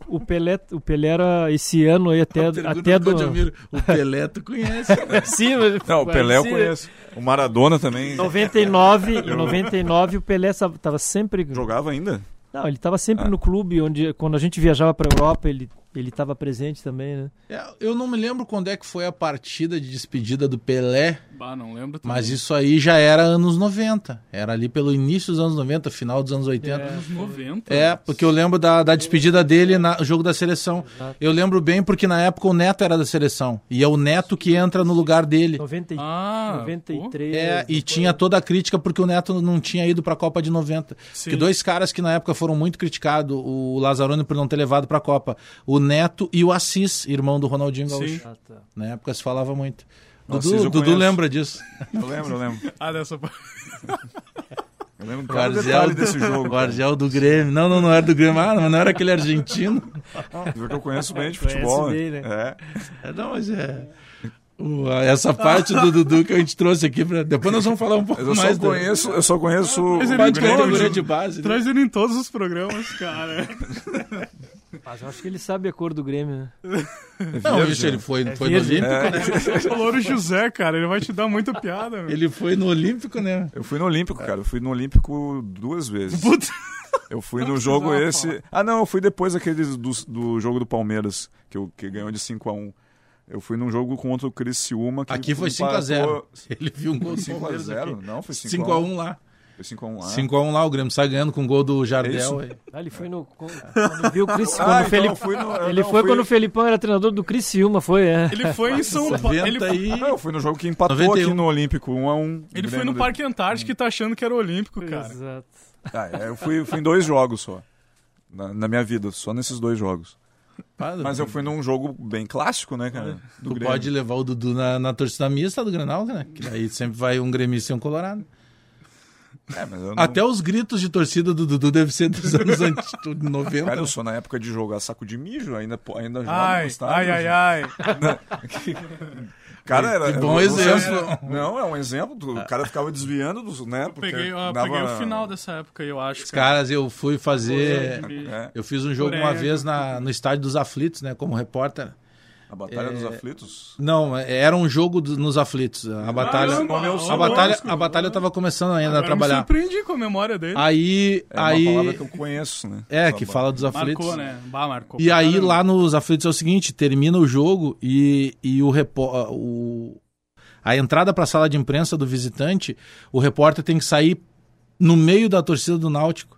o Pelé, o Pelé era esse ano aí até, Pergunta até do do. Claudemiro. O Pelé tu conhece. [LAUGHS] né? Sim, mas- Não, o Pelé eu sim, conheço. é um- O Maradona também 99, em 99 o Pelé sa- tava sempre jogava ainda? Ah. Não, ele tava sempre no clube onde quando a gente viajava para Europa, ele Ele estava presente também, né? [LAUGHS] É, eu não me lembro quando é que foi a partida de despedida do Pelé, [LAUGHS] Bah, não lembro. também. mas isso aí já era anos 90. Era ali pelo início dos anos 90, final dos anos 80. Anos 90. É, porque eu lembro da, da despedida dele no jogo da seleção. Eu lembro bem porque na época o Neto era da seleção. E é o Neto que entra no lugar dele. 90, e- Ah, 93. É, e depois- tinha toda a crítica porque o Neto não tinha ido pra Copa de 90. Sim. Que dois caras que na época foram muito criticados, o Lazzaroni por não ter levado pra Copa, o Neto e o Assis, irmão do Ronaldinho Gaúcho. Sim. Ah, tá. Na época se falava muito. O Dudu, Assis eu Dudu conheço. lembra disso. Eu lembro, eu lembro. Ah, dessa [LAUGHS] parte. Eu lembro cada Guardião detalhe desse jogo. Guardião do Grêmio. Não, não, não era do Grêmio. Ah, mas não era aquele argentino. Tu vê que eu conheço bem de Conhece futebol. bem, né? [LAUGHS] É. É, não, mas é. o- a- essa parte do Dudu que a gente trouxe aqui, pra, depois nós vamos falar um pouco Mas eu mais. só conheço, eu só conheço o Do, ele parte entrou, categoria né? de base. né? Traz ele em todos os programas, [LAUGHS] cara. Mas eu acho que ele sabe a cor do Grêmio, né? Não, isso ele foi, É foi no verde, Olímpico. O Louro José, cara, ele vai te dar muita piada, meu. Ele foi no Olímpico, né? Eu fui no Olímpico, cara. Eu fui no Olímpico duas vezes. Puta. Eu fui Não no jogo precisava esse. falar. Ah, não, eu fui depois daqueles do, do jogo do Palmeiras, que, eu- que ganhou de 5x1. Eu fui num jogo contra o Criciúma. Que Aqui foi empatou- 5x0. Ele viu um gol do 5 a Palmeiras 0? aqui. Não, foi 5 a 1. 5x1 lá. Foi 5 a ah. 1 lá. 5x1 lá, o Grêmio sai ganhando com o gol do isso. [LAUGHS] Jardel. aí. Ah, ele foi no. Quando viu o Cris. Ah, quando o então Felipe- eu fui no, eu Ele não, foi fui- quando o Felipão era treinador do Criciúma, foi, é. Ele foi em São Paulo. Ele, 90 e... Não, Ah, eu fui no jogo que empatou 91. aqui no Olímpico, 1 a 1 ele foi Grêmio no Parque Antártico e tá achando que era olímpico, cara. Exato. Ah, é, eu fui, eu fui em dois jogos só. Na, na minha vida, só nesses dois jogos. Mas eu fui num jogo bem clássico, né, cara? Do Tu Grêmio. pode levar o Dudu na, na torcida mista do Granal, né? Que daí sempre vai um gremista e um colorado. É, mas eu não- Até os gritos de torcida do Dudu deve ser [LAUGHS] dos anos antes, do 90. Cara, eu sou na época de jogar saco de mijo, ainda, pô, ainda jogo no Ai, estádio. ai, ai, ai. [LAUGHS] Cara, era. Que bom eu não sei exemplo. se- Não, é um exemplo. do- O cara ficava desviando dos. Né, porque Peguei, eu dava- peguei o final dessa época, eu acho. Os caras, eu fui fazer. É, Eu fiz um jogo uma vez na, no estádio dos aflitos, né? Como repórter. a Batalha É. dos Aflitos. Não, era um jogo do- nos aflitos. A Ah, batalha. Caramba, a olha, batalha, Vasco. a batalha eu tava começando ainda a Agora é um eu me trabalhar. Ah, surpreendi com a memória dele. Aí. É uma aí palavra que eu conheço, né? é, Essa que ba- fala dos aflitos. marcou, né? Bah, marcou. E aí Caramba. lá nos aflitos é o seguinte, termina o jogo e, e o, repó- o a entrada para a sala de imprensa do visitante, o repórter tem que sair no meio da torcida do Náutico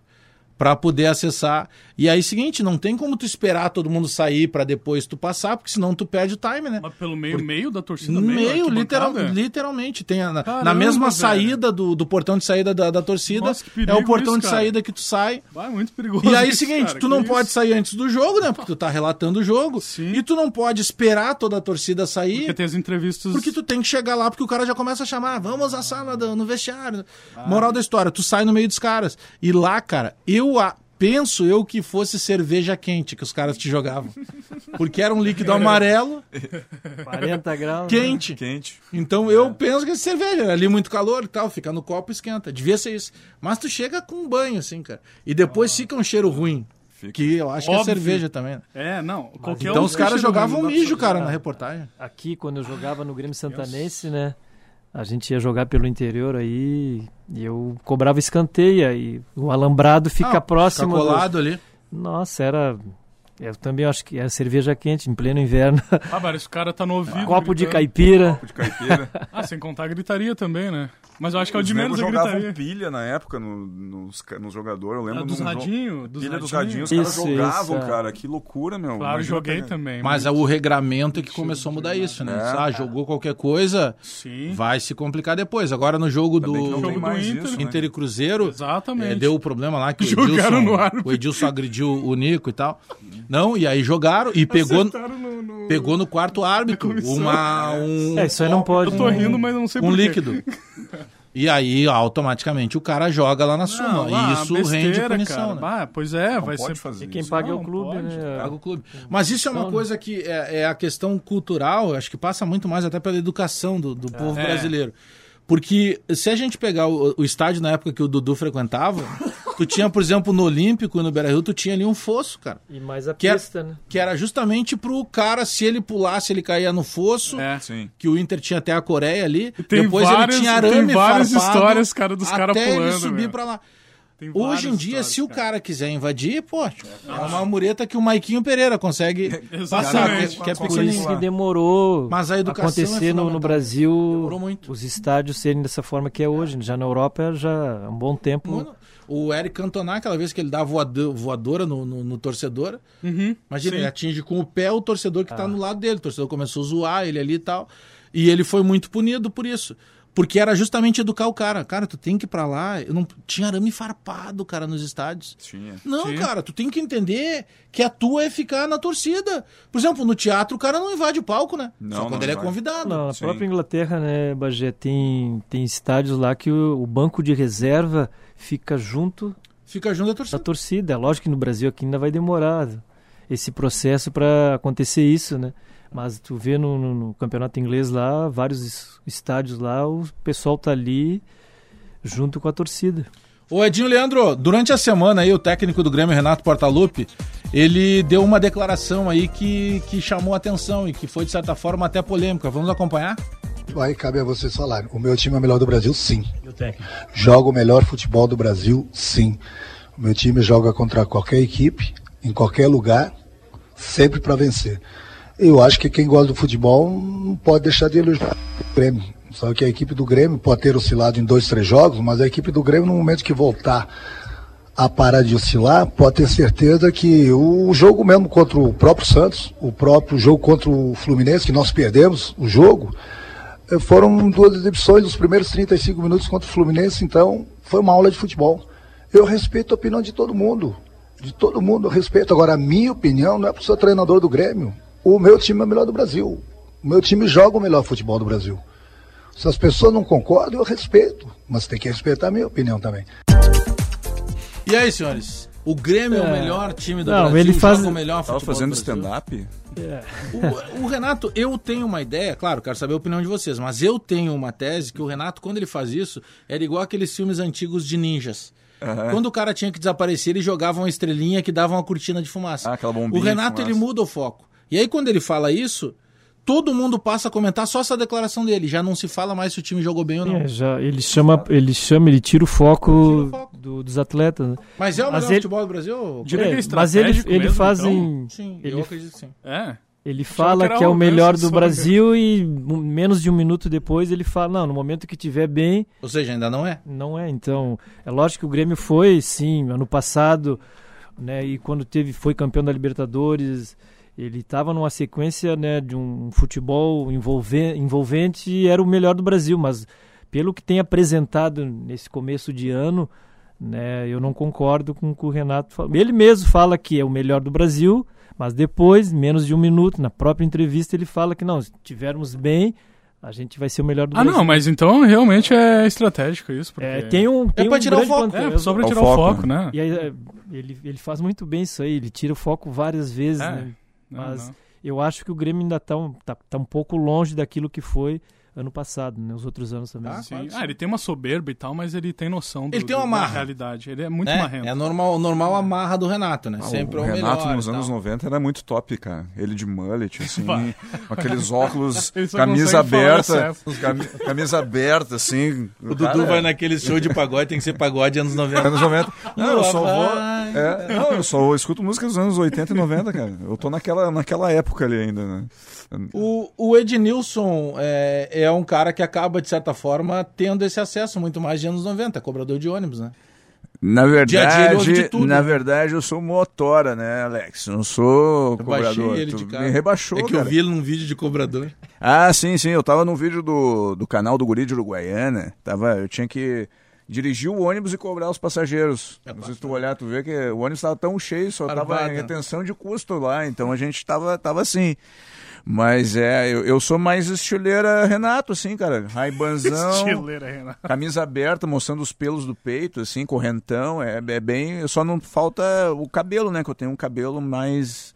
para poder acessar. E aí seguinte, não tem como tu esperar todo mundo sair para depois tu passar, porque senão tu perde o time, né? Mas pelo meio, meio da torcida No meio, arquibancada? literal- literalmente. Tem a- na, Caramba, na mesma velho. saída do, do portão de saída da, da torcida, Nossa, que é o perigo portão isso, de cara. saída que tu sai. [LAUGHS] Bah, é muito perigoso. E aí, isso, seguinte, cara, tu que não isso? pode sair antes do jogo, né? Porque tu tá relatando o jogo. Sim. E tu não pode esperar toda a torcida sair. Porque Porque, tem as entrevistas. tu tem que chegar lá, porque o cara já começa a chamar, vamos à sala do- no vestiário. Ah. Moral da história, tu sai no meio dos caras. E lá, cara, eu a- penso eu que fosse cerveja quente que os caras te [LAUGHS] jogavam. Porque era um líquido amarelo, Uhum. 40 graus. né? quente. Quente. Então eu penso que é cerveja, né? ali muito calor e tal, fica no copo e esquenta. Devia ser isso. Mas tu chega com um banho, assim, cara. E depois fica um cheiro ruim. Que eu acho que é Ah. Óbvio. cerveja também. né? É, não. Qualquer Então um os caras chega no jogavam mundo da mijo, cara, jogar. na reportagem. Aqui, quando eu jogava no Grêmio Santanense, né? A gente ia jogar pelo interior aí e eu cobrava escanteio e o alambrado fica Ah, próximo. do- colado ali. Nossa, era. Eu também acho que era cerveja quente em pleno inverno. Ah, velho, esse cara tá no [LAUGHS] ouvido. Copo de gritando. caipira. De caipira. Ah, sem contar a gritaria também, né? Mas eu acho que [LAUGHS] é o Os de menos negros a jogavam gritaria. pilha na época no, nos, ca- nos jogadores. Eu lembro Ah, dos num jo- radinhos. Dos Pilha dos radinhos. radinhos, os caras Isso, jogavam, isso, é. cara. Que loucura, meu. Claro, Imagina joguei pegar- também. Mas é o regramento é que começou a mudar isso, né? Ah, jogou qualquer coisa, É. Sim. vai se complicar depois. Agora no jogo do Bem que não Jogo tem do mais Inter. isso, né? Inter e Cruzeiro, Exatamente. eh, deu o problema lá que o Jogaram Edilson, no árbitro. o Edilson agrediu o Nico e tal. Não, e aí jogaram e pegou, Acertaram no- no- pegou no quarto árbitro comissão. uma, um, É, isso aí não pode. Eu tô né? rindo, mas não sei um por quê. líquido. E aí, automaticamente, o cara joga lá na suma. lá, e isso ah, besteira, rende punição, cara. né? Ah, pois é, vai Pode ser. fazer E quem isso. paga é Não, o clube, pode, né? paga o clube. Mas isso é uma coisa que é, é a questão cultural, eu acho que passa muito mais até pela educação do, do povo É. brasileiro. Porque se a gente pegar o, o estádio na época que o Dudu frequentava, tu tinha, por exemplo, no Olímpico e no Beira-Rio, tu tinha ali um fosso, cara. E mais a Que era, pista, né? que era justamente pro cara, se ele pulasse, ele caía no fosso. É. Sim. Que o Inter tinha até a Coreia ali. tem Depois várias- ele tinha tem arame várias farpado histórias, cara, dos cara Até ele pulando, subir meu. pra lá. Tem várias Hoje em dia, histórias, se o cara, quiser invadir, pô, é uma mureta que o Maiquinho Pereira [LAUGHS] consegue passar, Exatamente. que Por é isso que pequenininho. demorou Mas a educação é acontecer no, no fundamental. Brasil Demorou muito. os estádios serem dessa forma que é hoje. Já na Europa já há um bom tempo. Mano, O Eric Cantona, aquela vez que ele dá a voado- voadora no, no, no torcedor, Uhum, imagina, sim. ele atinge com o pé o torcedor Ah. que tá no lado dele. O torcedor começou a zoar ele ali e tal. E ele foi muito punido por isso. Porque era justamente educar o cara. Cara, tu tem que ir pra lá. Eu não... Tinha arame farpado, cara, nos estádios. Tinha. Não, Sim. cara, tu tem que entender que a tua é ficar na torcida. Por exemplo, no teatro o cara não invade o palco, né? Não, Só quando não ele é invade. convidado. Na na Sim. própria Inglaterra, né, Bagé, tem, tem estádios lá que o, o banco de reserva fica junto Fica junto da da torcida. torcida. É Lógico que no Brasil aqui ainda vai demorar esse processo para acontecer isso, né? Mas tu vê no, no- no campeonato inglês lá, vários es- estádios lá, o pessoal tá ali junto com a torcida. Ô Edinho Leandro, durante a semana aí, o técnico do Grêmio, Renato Portaluppi, ele deu uma declaração aí que, que chamou a atenção e que foi, de certa forma, até polêmica. Vamos acompanhar? Aí cabe a vocês falarem. O meu time é o melhor do Brasil, sim. Joga o melhor futebol do Brasil, sim. O meu time joga contra qualquer equipe, em qualquer lugar, sempre para vencer. Eu acho que quem gosta do futebol não pode deixar de elogiar o Grêmio. Só que a equipe do Grêmio pode ter oscilado em dois, três jogos, mas a equipe do Grêmio, no momento que voltar a parar de oscilar, pode ter certeza que o jogo mesmo contra o próprio Santos, o próprio jogo contra o Fluminense, que nós perdemos o jogo, eh, foram duas exibições dos primeiros 35 minutos contra o Fluminense, então foi uma aula de futebol. Eu respeito a opinião de todo mundo. De todo mundo eu respeito. Agora, a minha opinião não é para o seu treinador do Grêmio. O meu time é o melhor do Brasil. O meu time joga o melhor futebol do Brasil. Se as pessoas não concordam, eu respeito. Mas tem que respeitar a minha opinião também. E aí, senhores? O Grêmio é, o melhor time do Não, Brasil, ele faz- joga é o melhor Tava futebol fazendo do stand-up? Brasil. O, o Renato, eu tenho uma ideia, claro, quero saber a opinião de vocês, mas eu tenho uma tese que o Renato, quando ele faz isso, era igual aqueles filmes antigos de ninjas. Quando o cara tinha que desaparecer, ele jogava uma estrelinha que dava uma cortina de fumaça. Ah, aquela o bombinha de Renato, fumaça. ele muda o foco. E aí, quando ele fala isso, todo mundo passa a comentar só essa declaração dele. Já não se fala mais se o time jogou bem ou não. É, já, ele chama, ele chama, ele tira o foco, Tira o foco. do- dos atletas. né? Mas é o Mas melhor ele- futebol do Brasil? É, Diria que é mas ele, estratégico ele mesmo, faz então? em- Sim, Ele- eu acredito que sim. É. Ele Achava que fala era que é o arrogância melhor do só, né? Brasil e um, menos de um minuto depois ele fala, não, no momento que tiver bem, Ou seja, ainda não é. não é. Então, é lógico que o Grêmio foi, sim, ano passado, né, e quando teve, foi campeão da Libertadores, ele estava numa sequência, né, de um futebol envolve- envolvente e era o melhor do Brasil, mas pelo que tem apresentado nesse começo de ano, né, eu não concordo com o que o Renato fala. Ele mesmo fala que é o melhor do Brasil, mas depois, menos de um minuto, na própria entrevista, ele fala que não, se tivermos bem, a gente vai ser o melhor do Ah, Brasil. não, mas então realmente é estratégico isso. Porque... É, tem um, tem pra um tirar o grande foco, ponto- É, só pra É o tirar o foco, foco, né? E aí, é, ele, ele faz muito bem isso aí, ele tira o foco várias vezes, É, né? Não, Mas não. eu acho que o Grêmio ainda tá um, tá, tá um pouco longe daquilo que foi ano passado, né? Os outros anos também. Tá? Sim. Ah, ele tem uma soberba e tal, mas ele tem noção do, Ele tem do- uma marra. da realidade. Ele é muito Né? [LAUGHS] marrento. É normal, normal a marra do Renato, né? Ah, o Sempre é o Renato melhor. nos e tal. anos 90 era muito top, cara. Ele de mullet, assim, Vai. com aqueles óculos, [LAUGHS] Ele só camisa consegue falar aberta, certo. cami- camisa aberta, assim. O Dudu vai naquele show de pagode, tem que ser pagode anos 90. Anos [LAUGHS] 90. É, Não, eu só Vai. vou. é, não, eu só escuto música dos anos 80 e 90, cara. Eu tô naquela, naquela época ali ainda, né? O, o Ednilson é, é um cara que acaba, de certa forma, tendo esse acesso muito mais de anos 90, é cobrador de ônibus, né? Na Dia a dia ele ouve de tudo. né? na verdade, eu sou motora, né, Alex? Não sou Eu cobrador. baixei ele Tu de cara. me rebaixou, é que cara. eu vi ele num vídeo de cobrador. Ah, sim, sim. Eu tava num vídeo do, do canal do Guri de Uruguaiana. Tava, eu tinha que dirigir o ônibus e cobrar os passageiros. Não sei se tu olhar, tu vê que o ônibus tava tão cheio, só tava Barbada. em retenção de custo lá. Então a gente tava, tava assim. Mas é, eu, eu sou mais estileira Renato, assim, cara. Raibanzão, [LAUGHS] Estileira, Renan. camisa aberta, mostrando os pelos do peito, assim, correntão. É, é bem. Só não falta o cabelo, né? Que eu tenho um cabelo mais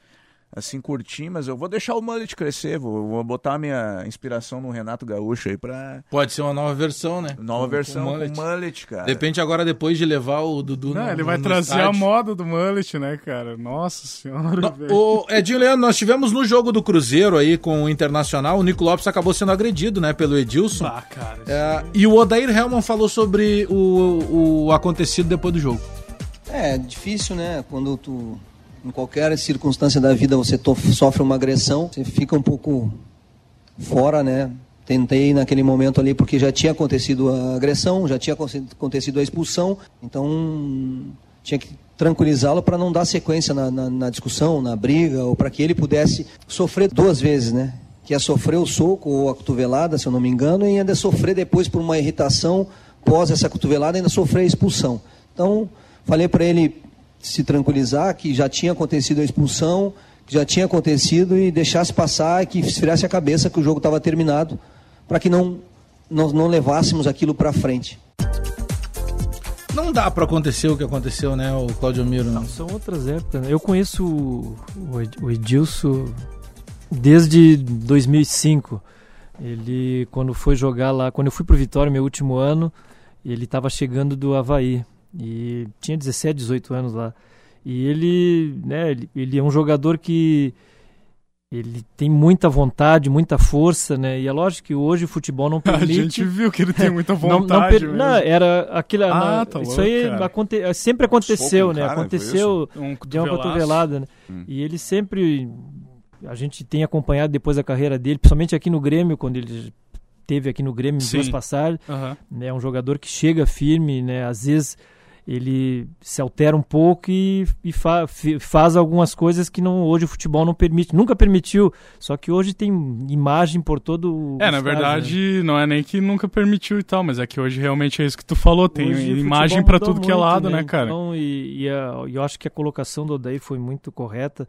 assim, curtinho, mas eu vou deixar o mullet crescer, vou, vou botar a minha inspiração no Renato Gaúcho aí pra Pode ser uma nova versão, né? nova Com- versão com com mullet. mullet, cara. Depende agora, depois de levar o Dudu Não, no- ele no- vai no trazer a estádio. moda do mullet, né, cara? Nossa senhora, velho. O Edinho Leandro, nós tivemos no jogo do Cruzeiro aí com o Internacional, o Nico Lopes acabou sendo agredido, né, pelo Edilson. Ah, cara. É, e o Odair Helman falou sobre o, o acontecido depois do jogo. É difícil, né? Quando tu, em qualquer circunstância da vida, você to- sofre uma agressão, você fica um pouco fora, né? Tentei naquele momento ali porque já tinha acontecido a agressão, já tinha aconte- acontecido a expulsão, então tinha que tranquilizá-lo para não dar sequência na, na- na discussão, na briga, ou para que ele pudesse sofrer duas vezes, né? Que ia sofrer o soco ou a cotovelada, se eu não me engano, e ainda sofrer depois por uma irritação pós essa cotovelada, ainda sofrer a expulsão. Então, falei para ele se tranquilizar, que já tinha acontecido a expulsão, que já tinha acontecido e deixasse passar e que esfriasse a cabeça que o jogo estava terminado, para que não, não, não levássemos aquilo para frente. Não dá pra acontecer o que aconteceu, né, o Claudio Miro? Não, são outras épocas. né? Eu conheço o- o Ed- o Edilson desde 2005. Ele, quando foi jogar lá, quando eu fui pro Vitória, meu último ano, ele estava chegando do Havaí. E tinha 17, 18 anos lá. E ele, né, ele, ele é um jogador que ele tem muita vontade, muita força, né? E é lógico que hoje o futebol não [LAUGHS] [LAUGHS] A permite. gente viu que ele tem muita Não- não vontade per- mesmo. Não, é, era aquilo. Ah, não, tá isso louco, aí cara. aconte- sempre aconteceu, Soco no né? cara, foi aconteceu isso? Um de uma cotovelaço. cotovelada, né? E ele sempre a gente tem acompanhado depois da carreira dele, principalmente aqui no Grêmio, quando ele teve aqui no Grêmio em Sim. duas passagens, Aham. né? Um jogador que chega firme, né? Às vezes ele se altera um pouco e, e fa- fi- faz algumas coisas que não hoje o futebol não permite, nunca permitiu. Só que hoje tem imagem por todo o É, na estádio, né? verdade, não é nem que nunca permitiu e tal, mas é que hoje realmente é isso que tu falou, tem Hoje o imagem futebol pra mudou tudo que é muito, lado, né, cara? Então, e, e a- e eu acho que a colocação do Odair foi muito correta,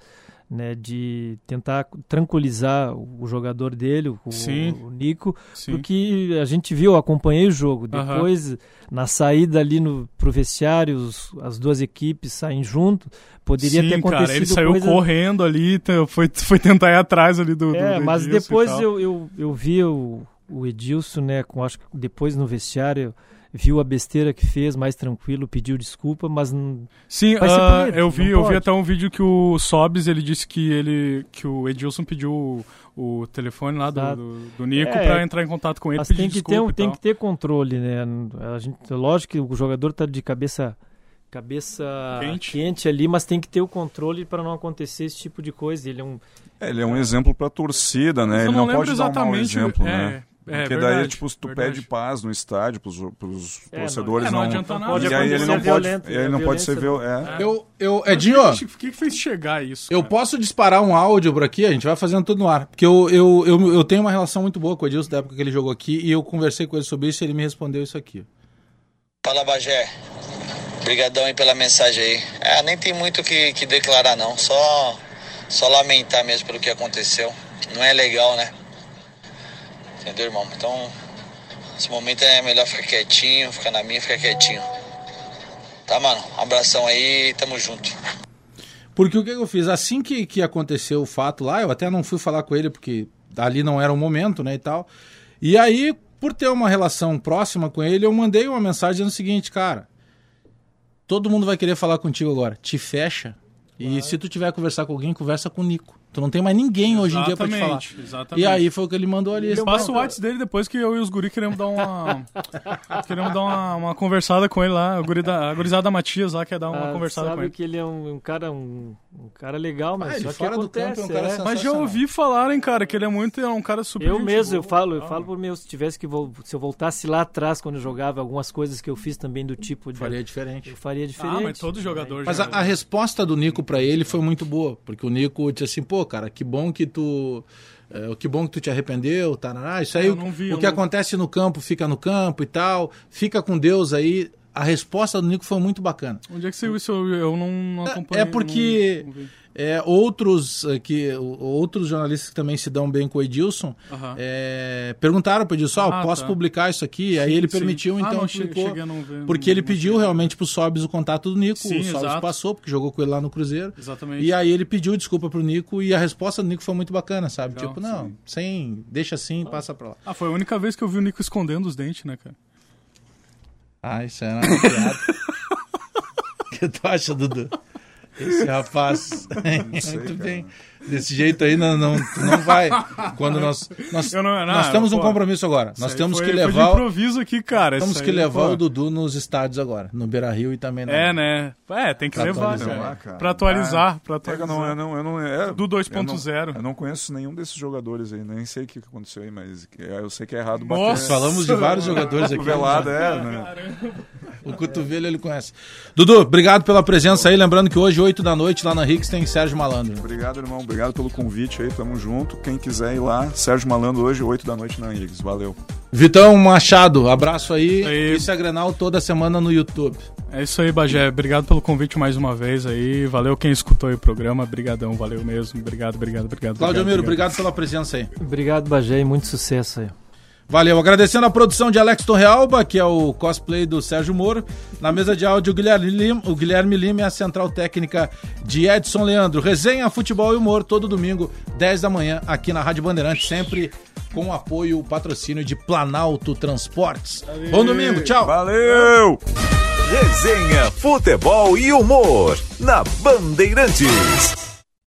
né, de tentar tranquilizar o jogador dele, o, Sim. o Nico, Sim. porque a gente viu, eu acompanhei o jogo, Aham. depois na saída ali no pro vestiário, os- as duas equipes saem junto, poderia Sim, ter acontecido cara, ele saiu coisa- correndo ali, t- foi, foi tentar ir atrás ali do. do- é, do mas Edilson e depois tal. eu, eu, eu vi o, o Edilson, né? Com, acho que depois no vestiário, viu a besteira que fez, mais tranquilo, punido, pediu desculpa, mas não. Sim, vai ser ah, punido, eu vi, não eu vi pode. até um vídeo que o Sobs ele disse que ele que o Edilson pediu o, o telefone lá do, Exato. do, do Nico É, pra entrar em contato com ele, Mas pedir tem que, desculpa ter, um- e tem tal. que ter controle, né? A gente, lógico que o jogador tá de cabeça cabeça Quente. quente, ali, mas tem que ter o controle para não acontecer esse tipo de coisa. Ele é um É, ele é um exemplo pra torcida, né? Mas eu ele não não, lembro pode dar um mau exatamente, exemplo, é, né? é, Porque daí, verdade, tipo, se tu verdade. pede paz no estádio pros, pros É, não- torcedores, é, não adianta não nada. Pode E aí ele acontecer não pode, violento, ele né? não pode Violência ser viol... é. Eu, eu, Mas Edinho, O que, que, que fez chegar isso? eu posso disparar um áudio por aqui? A gente vai fazendo tudo no ar. Porque eu, eu, eu, eu tenho uma relação muito boa com o Edilson da época que ele jogou aqui e eu conversei com ele sobre isso e ele me respondeu isso aqui. Fala Bagé, brigadão aí pela mensagem aí. É, nem tem muito o que, que declarar não, só, só lamentar mesmo pelo que aconteceu. Não é legal, né? Entendeu, irmão? Então, esse momento é melhor ficar quietinho, ficar na minha, ficar quietinho. Tá, mano? Um abração aí, tamo junto. Porque o que que eu fiz? Assim que, que aconteceu o fato lá, eu até não fui falar com ele, porque ali não era o momento, né, e tal. E aí, por ter uma relação próxima com ele, eu mandei uma mensagem dizendo o seguinte, cara, todo mundo vai querer falar contigo agora, te fecha. E se tu tiver que conversar com alguém, conversa com o Nico. Tu não tem mais ninguém hoje em dia pra te falar. Exatamente, exatamente. E aí foi o que ele mandou ali. Ele esse passa o cara. WhatsApp dele depois que eu e os guri queremos dar uma. queremos dar uma, uma conversada com ele lá. O guri da, a gurizada Matias lá quer dar uma ah, conversada com sabe ele. que ele é um, um cara um, um cara legal, mas Ah, ele só que fora do acontece, campo é um cara é. Mas já ouvi falarem, cara, que ele é muito. É um cara super. Eu gente mesmo, eu boa. falo, eu falo por mim, se tivesse que vol- se eu voltasse lá atrás quando eu jogava algumas coisas que eu fiz também do tipo de, faria diferente. Eu faria diferente. Ah, mas todo jogador Mas já. a, a resposta do Nico pra ele foi muito boa, porque o Nico disse assim, pô, cara, que bom que tu, eh, que bom que tu te arrependeu, tarará, isso aí, Ah, Eu o- não vi, o eu que não- acontece no campo fica no campo e tal, fica com Deus aí. A resposta do Nico foi muito bacana. Onde é que saiu isso? Eu, eu não, não acompanhei. É porque não- não vi. é, outros eh, que o- outros jornalistas que também se dão bem com o Edilson Aham. eh, perguntaram para o Edilson, ah, Ah, posso tá. publicar isso aqui? aí Sim, ele sim. permitiu, Ah, então não, che- publicou. cheguei a não ver, porque ele pediu realmente pro Sobs o contato do Nico. Sim, o Sobs exato. passou, porque jogou com ele lá no Cruzeiro. Exatamente. E aí ele pediu desculpa pro Nico e a resposta do Nico foi muito bacana, sabe? Legal, tipo, não, sem, deixa assim, passa pra lá. Ah, foi a única vez que eu vi o Nico escondendo os dentes, né, cara? Ah, isso era uma piada. O que tu acha, Dudu? Esse rapaz. sei, [LAUGHS] muito cara. bem. Desse jeito aí não, não, tu não vai. Quando nós. Nós, Eu não- não, nós temos um pô, compromisso agora. isso Nós aí temos foi- que foi de levar. o- improviso aqui, cara, Temos isso que aí, levar pô. o Dudu nos estádios agora. No Beira Rio e também É, né? É, tem que Pra levar, atualizar, né? cara. Pra atualizar, pra É que eu atualizar. não, eu não, eu não, é, Do 2.0. Eu, não- eu não conheço nenhum desses jogadores aí, nem sei o que aconteceu aí, mas é, eu sei que é errado. bater. Nossa, falamos de vários jogadores aqui. Cotovelada, é, né? O cotovelo ele conhece. Dudu, obrigado pela presença aí. Lembrando que hoje, 8 da noite, lá na Hicks, tem Sérgio Malandro. Obrigado, irmão. Obrigado pelo convite aí. Tamo junto. Quem quiser ir lá, Sérgio Malandro, hoje, 8 da noite na Higgs. Valeu. Vitão Machado, abraço aí. Isso é Grenal toda semana no YouTube. É isso aí, Bagé. Obrigado pelo convite mais uma vez aí. Valeu quem escutou aí o programa. Obrigadão, valeu mesmo. Obrigado, obrigado, obrigado. Claudio Miro, obrigado. obrigado pela presença aí. Obrigado, Bagé, e muito sucesso aí. Valeu, agradecendo a produção de Alex Torrealba, que é o cosplay do Sérgio Moro. Na mesa de áudio, o Guilherme Lima, o Guilherme Lima e a central técnica de Edson Leandro. Resenha, futebol e humor, todo domingo, 10 da manhã, aqui na Rádio Bandeirante, sempre com apoio, patrocínio de Planalto Transportes. Bom domingo, tchau! Valeu! Resenha, futebol e humor na Bandeirantes.